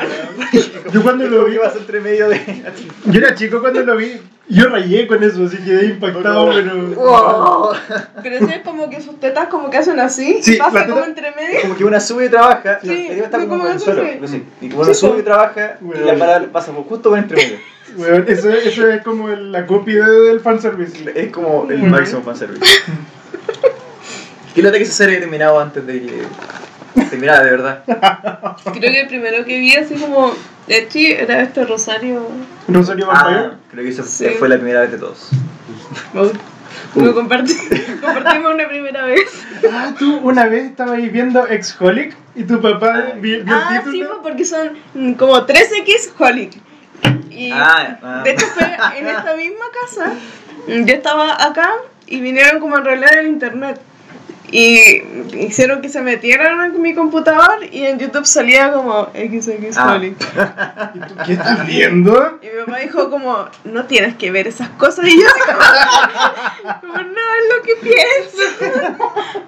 B: Yo cuando lo vi,
A: ibas entre medio de...
B: yo era chico cuando lo vi, yo rayé con eso, así quedé impactado,
A: Oh, No, no.
B: pero.
A: Wow.
C: Pero sí es como que sus tetas como que hacen así,
B: Sí,
C: pasa
B: la
C: como
B: teta-
C: entre medio.
A: Como que una sube y trabaja,
C: Sí,
A: la la tía está
C: fue
A: como
C: como
A: en el
C: eso,
A: suelo,
C: sí.
A: algo así. y como una
C: Sí,
A: sube
C: po.
A: y trabaja, y la
B: Weón.
A: bala pasa por justo por entre medio.
B: Weón, eso, eso es como el- la copia del fanservice.
A: Es como el
C: Mm.
A: máximo
C: *laughs*
A: fanservice. Qué nota que esa serie haya terminado antes de que terminara, de verdad.
C: Creo que el primero que vi así como de chi era este Rosario.
B: Rosario Vampire.
A: Ah, creo que eso
C: Sí.
A: fue la primera vez de todos.
C: Uy, Lo compartí, *laughs* compartimos una primera vez.
B: Ah, tú una vez estabas ahí viendo Exholic y tu papá
A: Ah, *laughs*
B: vi- vio,
C: Ah,
B: el
C: sí,
B: título.
C: porque son mm, como 3X Holic. Y
A: Ah, ah.
C: de hecho fue en esta misma casa. Mm, Yo estaba acá y vinieron como a arreglar el internet. Y hicieron que se metieran en mi computador y en YouTube salía como XX
A: Ah.
C: Holic.
B: ¿Y tú qué estás viendo?
C: Y mi papá dijo como, no tienes que ver esas cosas. Y yo así como, *laughs* como, no, es lo que pienso.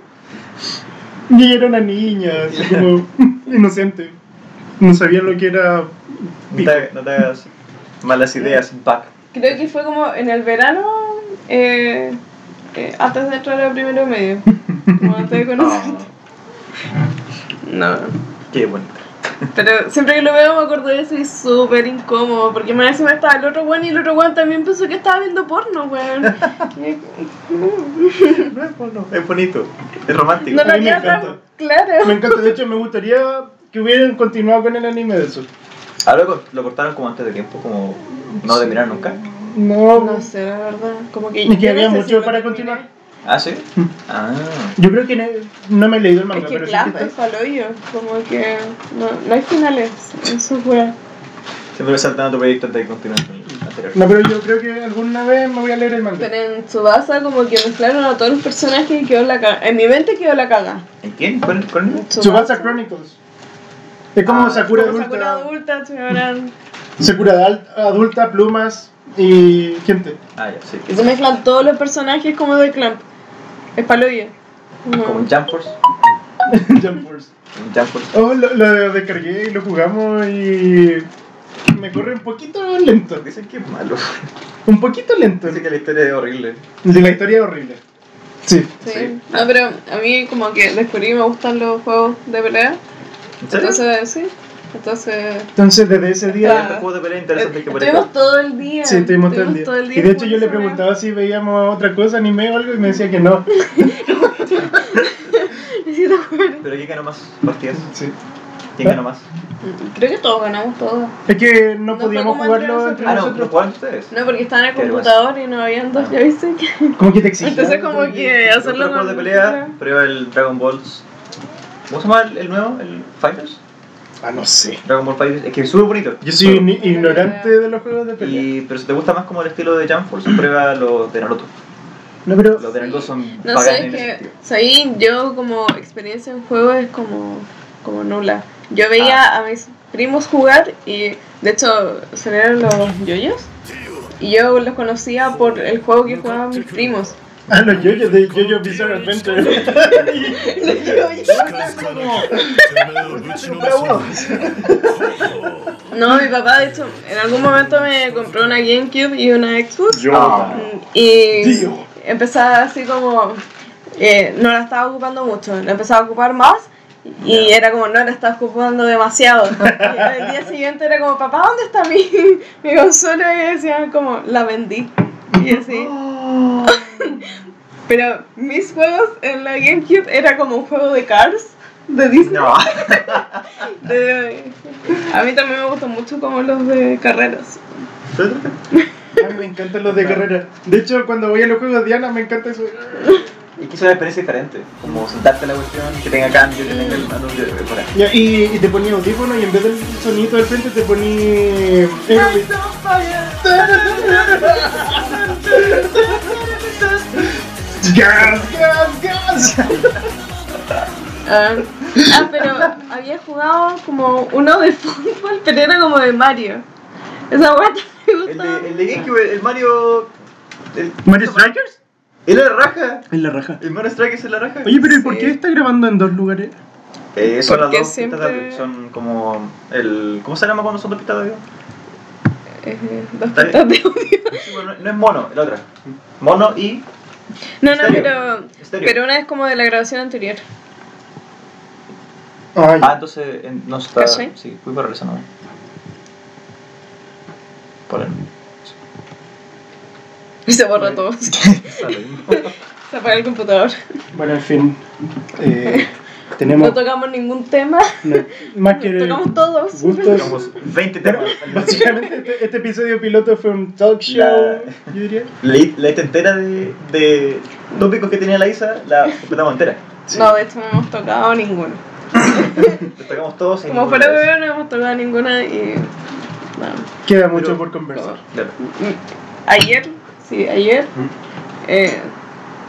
B: Y era una niña, así como *laughs* inocente. No sabía lo que era.
A: No te, no te hagas malas ideas,
C: *laughs*
A: pack.
C: Creo que fue como en el verano, eh, eh, antes de entrar a primero medio. Como antes
B: *laughs*
C: de conocerte. No.
A: qué bonito.
C: Pero siempre que lo veo me acuerdo de eso y es súper incómodo. Porque más encima estaba el otro weón y el otro weón también pensó que estaba viendo
B: *laughs*
C: porno, weón.
A: No es bueno, es bonito, es romántico.
C: No lo
B: A mí me
C: había tan
B: encanta.
C: claro.
B: Me encanta, de hecho, me gustaría que hubieran continuado con el anime de eso.
A: Ahora lo, lo cortaron como antes de tiempo, como no de mirar nunca.
B: No,
C: No sé, la verdad. Como que.
B: Y que
C: yo
B: había
C: no sé
B: mucho
C: si lo
B: para
C: terminé.
B: continuar.
A: Ah, *laughs* sí. Ah.
B: yo creo que ne- no me he leído el manga,
C: Es que
B: pero sí
C: claro,
B: que
C: es faloyo. Como que. No, no hay finales en su wea.
A: Siempre me saltan otro proyecto antes de continuar con el anterior.
B: No, pero yo creo que alguna vez me voy a leer el manga.
C: Pero en Tsubasa, como que mezclaron a todos los personajes y quedó la caga. En mi mente quedó la caga.
A: ¿En quién? ¿Con, con...
B: Tsubasa Chronicles. Es como
A: Ah,
B: Sakura
C: Como
B: adulta.
C: Sakura adulta, señora.
B: Sakura adal- adulta, plumas y gente.
A: Ah, ya, sí.
C: Y se mezclan todos los personajes como de Clamp. Es paloyo. No.
A: Como un Jump Force.
B: *laughs* Jump Force.
A: Un Jump Force.
B: Oh, lo, lo descargué y lo jugamos y me corre un poquito lento.
A: Dicen que es *laughs* malo.
B: Un poquito lento.
A: Dicen que la historia es horrible.
B: De la historia es horrible. Sí.
C: Sí.
A: Sí.
C: No, pero a mí como que descubrí que me gustan los juegos de pelea.
A: ¿En serio?
C: Entonces, ah, sí. Entonces, eh,
B: Entonces desde ese
A: Hay
B: día...
A: hartos juegos de pelea interesantes que por ahí.
C: estuvimos todo el día.
B: Sí, estuvimos todo el día.
C: todo el día
B: Y de hecho yo le
C: jugando esa
B: preguntaba si veíamos otra cosa, anime o algo, y me decía que
C: *laughs*
B: no.
C: wea. *laughs* Sí, te juro.
A: Pero ¿quién ganó más partidas?
B: Sí.
A: ¿Quién ganó más?
C: Creo que todos ganamos todos.
B: Es que no,
C: No fue
B: podíamos
C: como
B: jugarlo
C: entre
B: entre
A: Ah, no, ¿lo
B: nosotros.
A: jugaron ustedes?
C: No, porque estaba en el
A: Qué
C: computador y no habían
B: Ah.
C: dos, ya viste.
B: Como que te exigían.
C: Ah, Entonces como que
A: Los
C: hacerlo
A: juegos de pelea, pero el Dragon Ball. ¿Cómo se llama el, el nuevo? ¿El Fighters?
B: Ah, no sé.
A: Dragon Ball Fighters. Es que es súper bonito.
B: Yo soy un ignorante de los juegos de pelea.
A: Y, pero si te gusta más como el estilo de Jump Force, *clears throat* prueba los de Naruto.
B: No, pero
A: Los de Naruto son
C: No sé,
A: bacanes en
C: es
A: ese
C: que
A: sentido.
C: ahí yo como experiencia en juego es como, como nula. Yo veía
A: Ah.
C: a mis primos jugar y de hecho salieron los yoyos y yo los conocía por el juego que jugaban mis
A: *laughs*
C: primos.
B: Ah, los yoyos de Yoyo Bizarre *laughs* Adventure.
C: No, mi papá de hecho en algún momento me compró una GameCube y una Xbox
A: Ah.
C: y
B: Tío.
C: empezaba así como, eh, no la estaba ocupando mucho, la empezaba a ocupar más Y era como, no, la estás ocupando demasiado. Y el día siguiente era como, papá, ¿dónde está mi, *laughs* mi consola? Y decían como, la vendí. Y así. Pero mis juegos en la GameCube era como un juego de Cars, de Disney.
B: *laughs*
A: *laughs* No,
C: de- a mí también me gustan mucho como los de carreras.
B: A mí me encantan los de carrera. De hecho, cuando voy a los juegos de Diana me encanta eso.
A: y que es una experiencia diferente. Como sentarte en la cuestión, que tenga cambio, que tenga el mando de fuera.
B: Y, y, y te ponía audífono y en vez del sonido del frente te ponía... eh, Aerobit. ¡Gas, gas, gas!
C: Ah, ah, pero había jugado como uno de fútbol, pero era como de Mario. Esa guata me
A: El
C: gustaba.
A: de, el de GameCube, el Mario. El,
B: ¿Mario Strikers?
A: ¿Es la raja?
B: En la raja.
A: ¿El Mario Strike es la raja?
B: Oye, pero ¿y por
C: Sí.
B: qué está grabando en dos lugares?
A: Eh, son las
C: Porque
A: dos pistas de
C: siempre-
A: avión, son como el... ¿Cómo se llama cuando son dos pistas de avión?
C: Eh, dos
A: Está bien.
C: puntos de
A: Sí, bueno, no es mono, el otra. Mono y
C: No, no,
A: Estéreo.
C: pero,
A: estéreo.
C: pero una es como de la grabación anterior.
B: Ay,
A: Ah, entonces en- no está...
C: ¿Cachai?
A: Sí, fui por eso, ¿no? Por el...
C: Y se borra todo. *laughs* se apaga el computador.
B: bueno, en fin. Eh, *laughs* tenemos
C: No tocamos ningún tema.
B: no, más que...
C: Tocamos todos.
B: Gustos.
A: Digamos, 20 temas.
B: Básicamente este, este episodio piloto fue un talk show,
A: La-
B: yo diría.
A: Leí la lista entera de, de tópicos que tenía la Isa, la completamos entera.
C: No, de hecho no hemos tocado ninguno.
A: Destacamos todos en
C: Como
A: ninguna
C: fuera
A: vez.
C: bebé no hemos tocado ninguna y. No.
B: Queda mucho
A: Pero-
B: por conversar.
A: Claro.
C: Mm. Ayer, sí, ayer eh,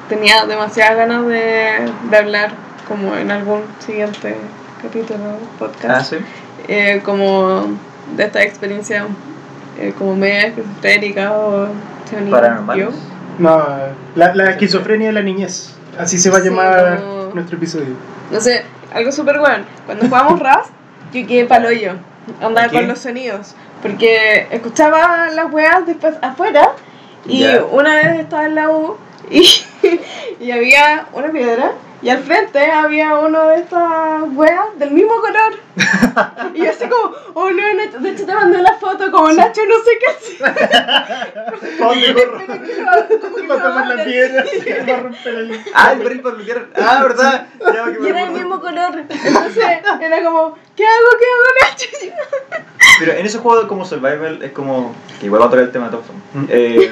C: tenía demasiadas ganas de, de hablar como en algún siguiente capítulo
A: Ah,
C: podcast.
A: sí.
C: eh, como de esta experiencia eh, como media esotérica o
A: Paranormal.
B: No, la, la esquizofrenia de la niñez. Así se va a
C: Sí,
B: llamar
C: no.
B: nuestro episodio.
C: No sé, algo súper bueno. Cuando jugamos
A: *laughs*
C: Rust, yo quedé paloyo. Andaba
A: ¿Por qué?
C: con los sonidos. Porque escuchaba las weas después afuera. Y
A: Ya.
C: *laughs* una vez estaba en la U y, y había una piedra Y al frente había uno de estas weas del mismo color.
A: *laughs*
C: Y yo así como, oh no, Nacho. De hecho te mandé la foto como Nacho, no sé qué
A: *laughs*
C: hacer.
B: Oye,
C: Pero que lo- como que
B: *laughs* va a
C: lo
B: tomar la
C: abren.
B: piedra, se va a romper el.
A: Ah, el perrito bloquear. Ah, ¿verdad? Ya, que
C: Y
A: me
C: era el
A: acuerdo.
C: mismo color.
A: *laughs*
C: Entonces era como, ¿qué hago? ¿Qué hago, Nacho? *laughs* Y yo,
A: Pero en esos juegos como Survival es como. que Igual va a tocar el tema de Thompson.
B: Mm.
A: Eh,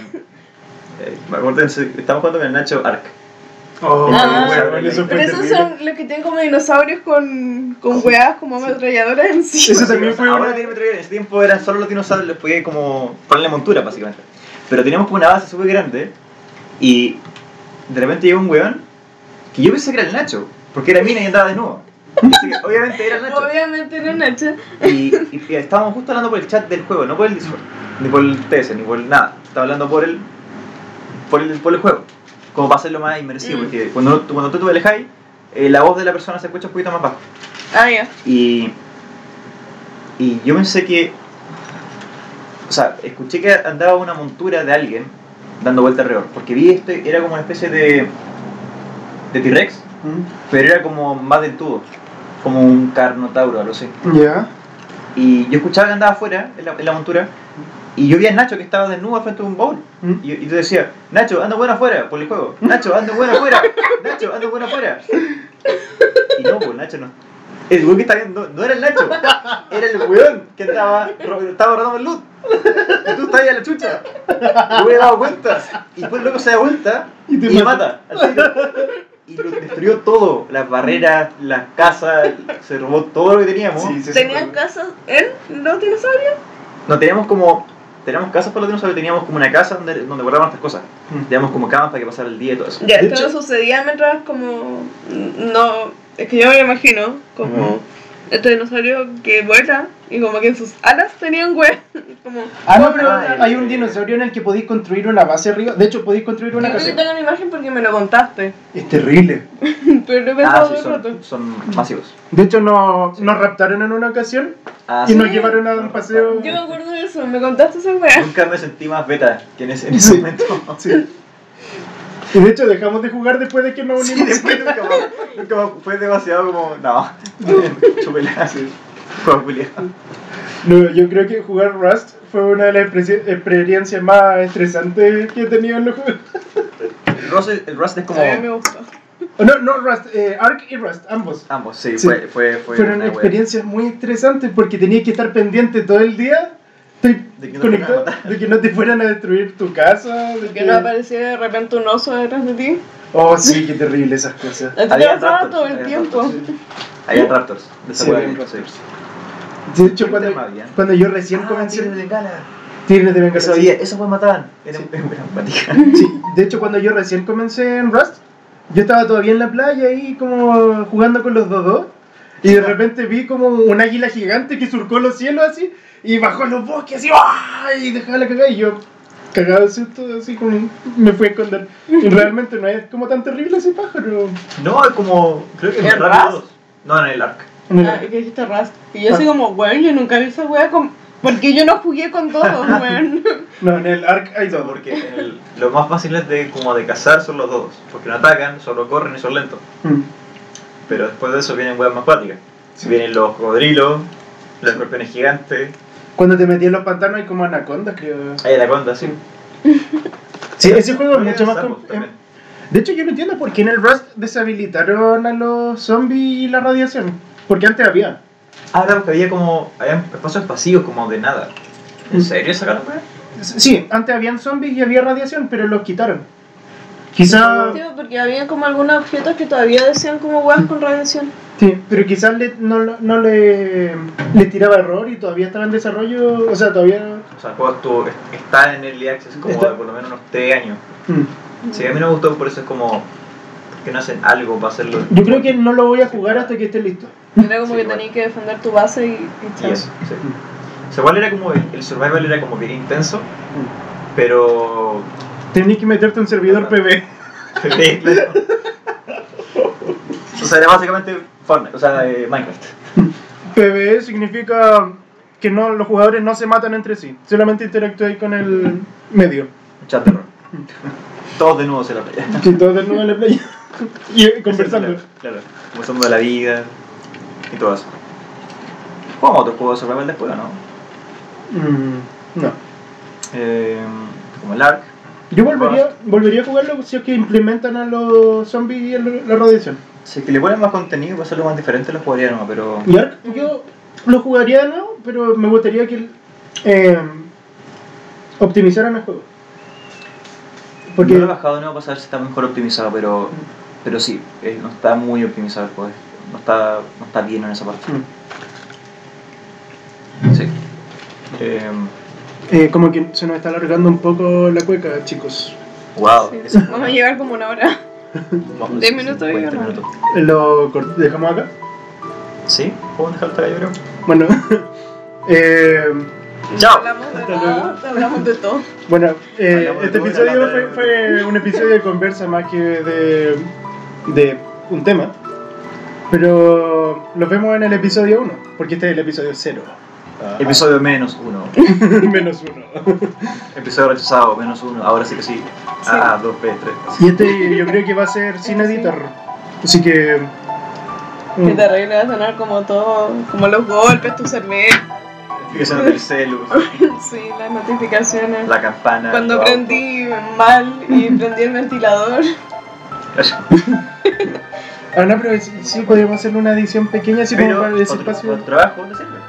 A: eh, me acuerdo, estamos jugando con el Nacho Ark.
B: Oh,
C: Ah.
B: weón, eso fue
C: Pero esos
B: terrible.
C: son los que tienen como dinosaurios con, con weas como ametralladoras encima.
B: Eso también fue
A: Ahora
B: una-
A: tiene metralla, en ese tiempo eran solo los dinosaurios, les podía como ponerle montura básicamente. Pero teníamos como una base súper grande y de repente llegó un weón que yo pensé que era el Nacho, porque era mina y andaba desnudo. Así que obviamente era
C: *laughs*
A: el Nacho.
C: Obviamente no, Nacho.
A: Y, y- y estábamos justo hablando por el chat del juego, no por el Discord, ni por el TS, ni por el nada. Estaba hablando por el, por el, por el juego, como para hacerlo más inmersivo,
C: Mm.
A: porque cuando, cuando tú te alejáis, eh, la voz de la persona se escucha un poquito más bajo.
C: Ah, ya.
A: Y, y yo pensé que. O sea, escuché que andaba una montura de alguien dando vuelta alrededor. Porque vi esto, y era como una especie de. de T-Rex,
B: Mm,
A: pero era como más dentudo. Como un carnotauro, algo así.
B: Ya.
A: Y yo escuchaba que andaba afuera, en la, en la montura, y yo vi a Nacho que estaba desnudo frente a un baúl.
B: Mm.
A: Y, y yo decía, Nacho, anda buena afuera, por el juego. Nacho, anda buena afuera. Nacho, anda buena afuera. Y no, pues Nacho no. El weón que estaba viendo no, no era el Nacho, era el weón que andaba, ro- estaba robando el loot. Y tú estabas ahí a la chucha. Yo me he dado cuenta. Y después el loco se da vuelta
B: Y
A: y
B: te
A: me mata. al tiro. Y lo destruyó todo: las barreras, las casas, se robó todo lo que teníamos.
B: Sí, sí, sí,
C: ¿Tenían
B: fue-
C: casas en los dinosaurios?
A: No, teníamos como. Teníamos casas para los dinosaurios, teníamos como una casa donde, donde guardábamos estas cosas. Teníamos como camas para que pasara el día y todo eso.
C: Ya,
B: De
C: esto no
B: hecho-
C: sucedía mientras como... mm, No, es que yo me lo imagino como
A: Ujú.
C: este dinosaurio que vuela y como que en sus alas tenían hueá. *laughs* Como,
B: Ah, no, pero
A: Ah,
B: hay un
A: eh.
B: dinosaurio en el que podéis construir una base arriba. De hecho, podéis construir
C: yo
B: una
C: creo que
B: casa.
C: tengo una imagen porque me lo contaste, *laughs*
B: Es terrible.
C: pero lo he
A: Ah,
C: pensado
A: sí,
C: todo el rato.
A: son, son masivos.
B: De hecho, no,
A: Sí.
B: nos raptaron en una ocasión
A: Ah,
B: y
A: sí.
B: nos llevaron a un paseo.
C: Yo me acuerdo de eso, me contaste esa hueá.
A: Nunca me sentí más beta que en ese, en ese
B: Sí.
A: momento. *laughs*
B: Sí. Y de hecho, dejamos de jugar después de que nos
A: Sí,
B: unimos.
A: después nunca más- nunca más- Fue demasiado como. No, *laughs* chupela. Sí. Fue culiao.
B: No, yo creo que jugar Rust fue una de las expresi- experiencias más estresantes que he tenido en los juegos. *laughs*
A: El Rust, es- el Rust es como.
C: A mí me gustó.
B: Oh, No, no Rust, eh, Ark y Rust, ambos.
A: Ambos, sí,
B: Sí.
A: fue, fue, fue
B: Fueron
A: una wea.
B: experiencias muy estresantes porque tenías que estar pendiente todo el día de,
A: De que no te
B: conectado-
A: fueran a matar.
B: de que no te fueran a destruir tu casa. De
C: Que no aparecía de repente un oso detrás de ti.
B: Oh, sí, qué terrible esas cosas.
C: A ti te
A: Había
C: pasaba
A: raptors,
C: todo el
A: había
C: tiempo.
A: raptors. Había Raptors. De esa
B: Sí,
A: wea,
B: había
A: sí.
B: raptors. De hecho,
A: ¿Qué
B: cuando,
A: tema había?
B: cuando yo recién
A: Ah,
B: comencé...
A: tigres de bengala.
B: Tigres de Bengala,
A: Eso
B: sí.
A: había, esos me mataban. Era
B: Sí.
A: *laughs* una patica.
B: Sí, de hecho cuando yo recién comencé en Rust, yo estaba todavía en la playa ahí como jugando con los dodos y de repente vi como un águila gigante que surcó los cielos así y bajó a los bosques así ¡ah! y dejaba la cagada y yo cagado de susto así como me fui a esconder. Y realmente no es como tan terrible ese pájaro.
A: No, es como. Creo que
C: ¿En
A: es
C: Rust?
A: rápido. No, en el arc.
C: Ah, y que dijiste Rust. Y yo así como, weón, yo nunca vi esa hueá con... Porque yo no jugué con *laughs* todos, weón.
B: No, en el arc hay
A: No,
B: dodo.
A: porque en el- lo más fácil es de, como de cazar son los dos. Porque no atacan, solo corren y son lentos.
B: Mm.
A: Pero después de eso vienen weas más cuáticas.
B: Sí.
A: Vienen los cocodrilos, los escorpiones gigantes,
B: Cuando te metí en los pantanos hay como anacondas, creo.
A: hay anacondas, *laughs* sí.
B: Sí, ese juego es
A: Había
B: mucho más...
A: sapos
B: com-
A: también.
B: De hecho, yo no entiendo por qué en el Rust deshabilitaron a los zombies y la radiación. Porque antes había.
A: Ah, claro, porque había como. Había espacios vacíos, como de nada. ¿En
B: Mm.
A: serio sacaron wea?
B: S- Sí, antes habían zombies y había radiación, pero los quitaron. Quizá.
C: Sí, pues, porque había como algunos objetos que todavía decían como huevas con radiación.
B: Sí, pero quizás le- no, lo- no le, le tiraba error y todavía estaba en desarrollo. O sea, todavía.
A: O sea, el juego estuvo- está en E Early Access como
B: Está-
A: de por lo menos unos 3 años.
B: Mm.
A: Sí, a mí no me gustó, por eso es como. que no hacen algo para hacerlo?
B: Yo creo que no lo voy a jugar hasta que esté listo.
C: Era como
A: Sí,
C: que
A: igual.
C: tenías que defender tu base y, y
A: Y
C: chao.
A: eso, sí. O sea, igual era como. El, el survival era como bien intenso,
B: Mm.
A: pero. *laughs*
B: Tenés que meterte en servidor E. PB.
A: o sea, era básicamente Fortnite, o sea, eh, Minecraft.
B: PB E significa que no, los jugadores no se matan entre sí, solamente interactúan con el medio.
A: Chat de rol. Todos desnudos en la playa.
B: Sí, todo de nuevo en la playa. *laughs* Y eh, conversando.
A: Claro, conversando de la vida y todo eso. Jugamos otros juegos de survival después, ¿o ¿no?
B: Mm, no.
A: Eh, como el Ark.
B: Yo volvería, volvería a jugarlo si es que implementan a los zombies y el- la radiación.
A: Si es que le ponen más contenido para hacerlo más diferente, lo jugaría nomás, pero.
B: Y ahora yo lo jugaría de nuevo, pero me gustaría que eh, optimizaran el juego. Porque
A: No lo he bajado de nuevo para saber si está mejor optimizado, pero. Pero sí, eh, no está muy optimizado el juego. No está, no está bien en esa parte.
B: Mm.
A: Sí. Em,
B: Eh, como que se nos está alargando un poco la cueca, chicos.
A: wow.
C: Sí,
A: eso-
C: Vamos a llevar como una hora.
A: vamos,
C: diez minutos y
A: 50
C: ya no.
A: minutos.
B: Eh, Lo cort- dejamos acá.
A: Sí, podemos dejar el creo.
B: Bueno, *laughs* eh,
A: ¡Chao!
C: Hablamos de
B: Hasta luego.
C: todo, hablamos de *laughs* todo.
B: bueno eh,
A: Hablamos de
B: este
A: todo,
B: episodio
A: hablamos
B: fue,
A: de-
B: fue un episodio de conversa más que de, de un tema. Pero los vemos en el episodio 1, porque este es el episodio 0.
A: Episodio menos uno.
B: *laughs* menos 1.
A: Episodio rechazado, menos uno. Ahora sí que sí. Ah, 2P, 3P.
B: Y este yo creo que va a ser sin editar. Así que.
C: Qué
B: mm,
C: terrible va a sonar como todo, como los golpes, tu cerveza,
A: Notificaciones
B: *laughs*
A: del celu,
C: *laughs* sí, las notificaciones.
A: la campana.
C: Cuando
A: el auto.
C: prendí mal y prendí el ventilador.
B: Ah, no, pero sí, sí, podríamos hacer una edición pequeña así como
A: Pero
B: para ese
A: otro,
B: espacio.
A: otro trabajo no sirve.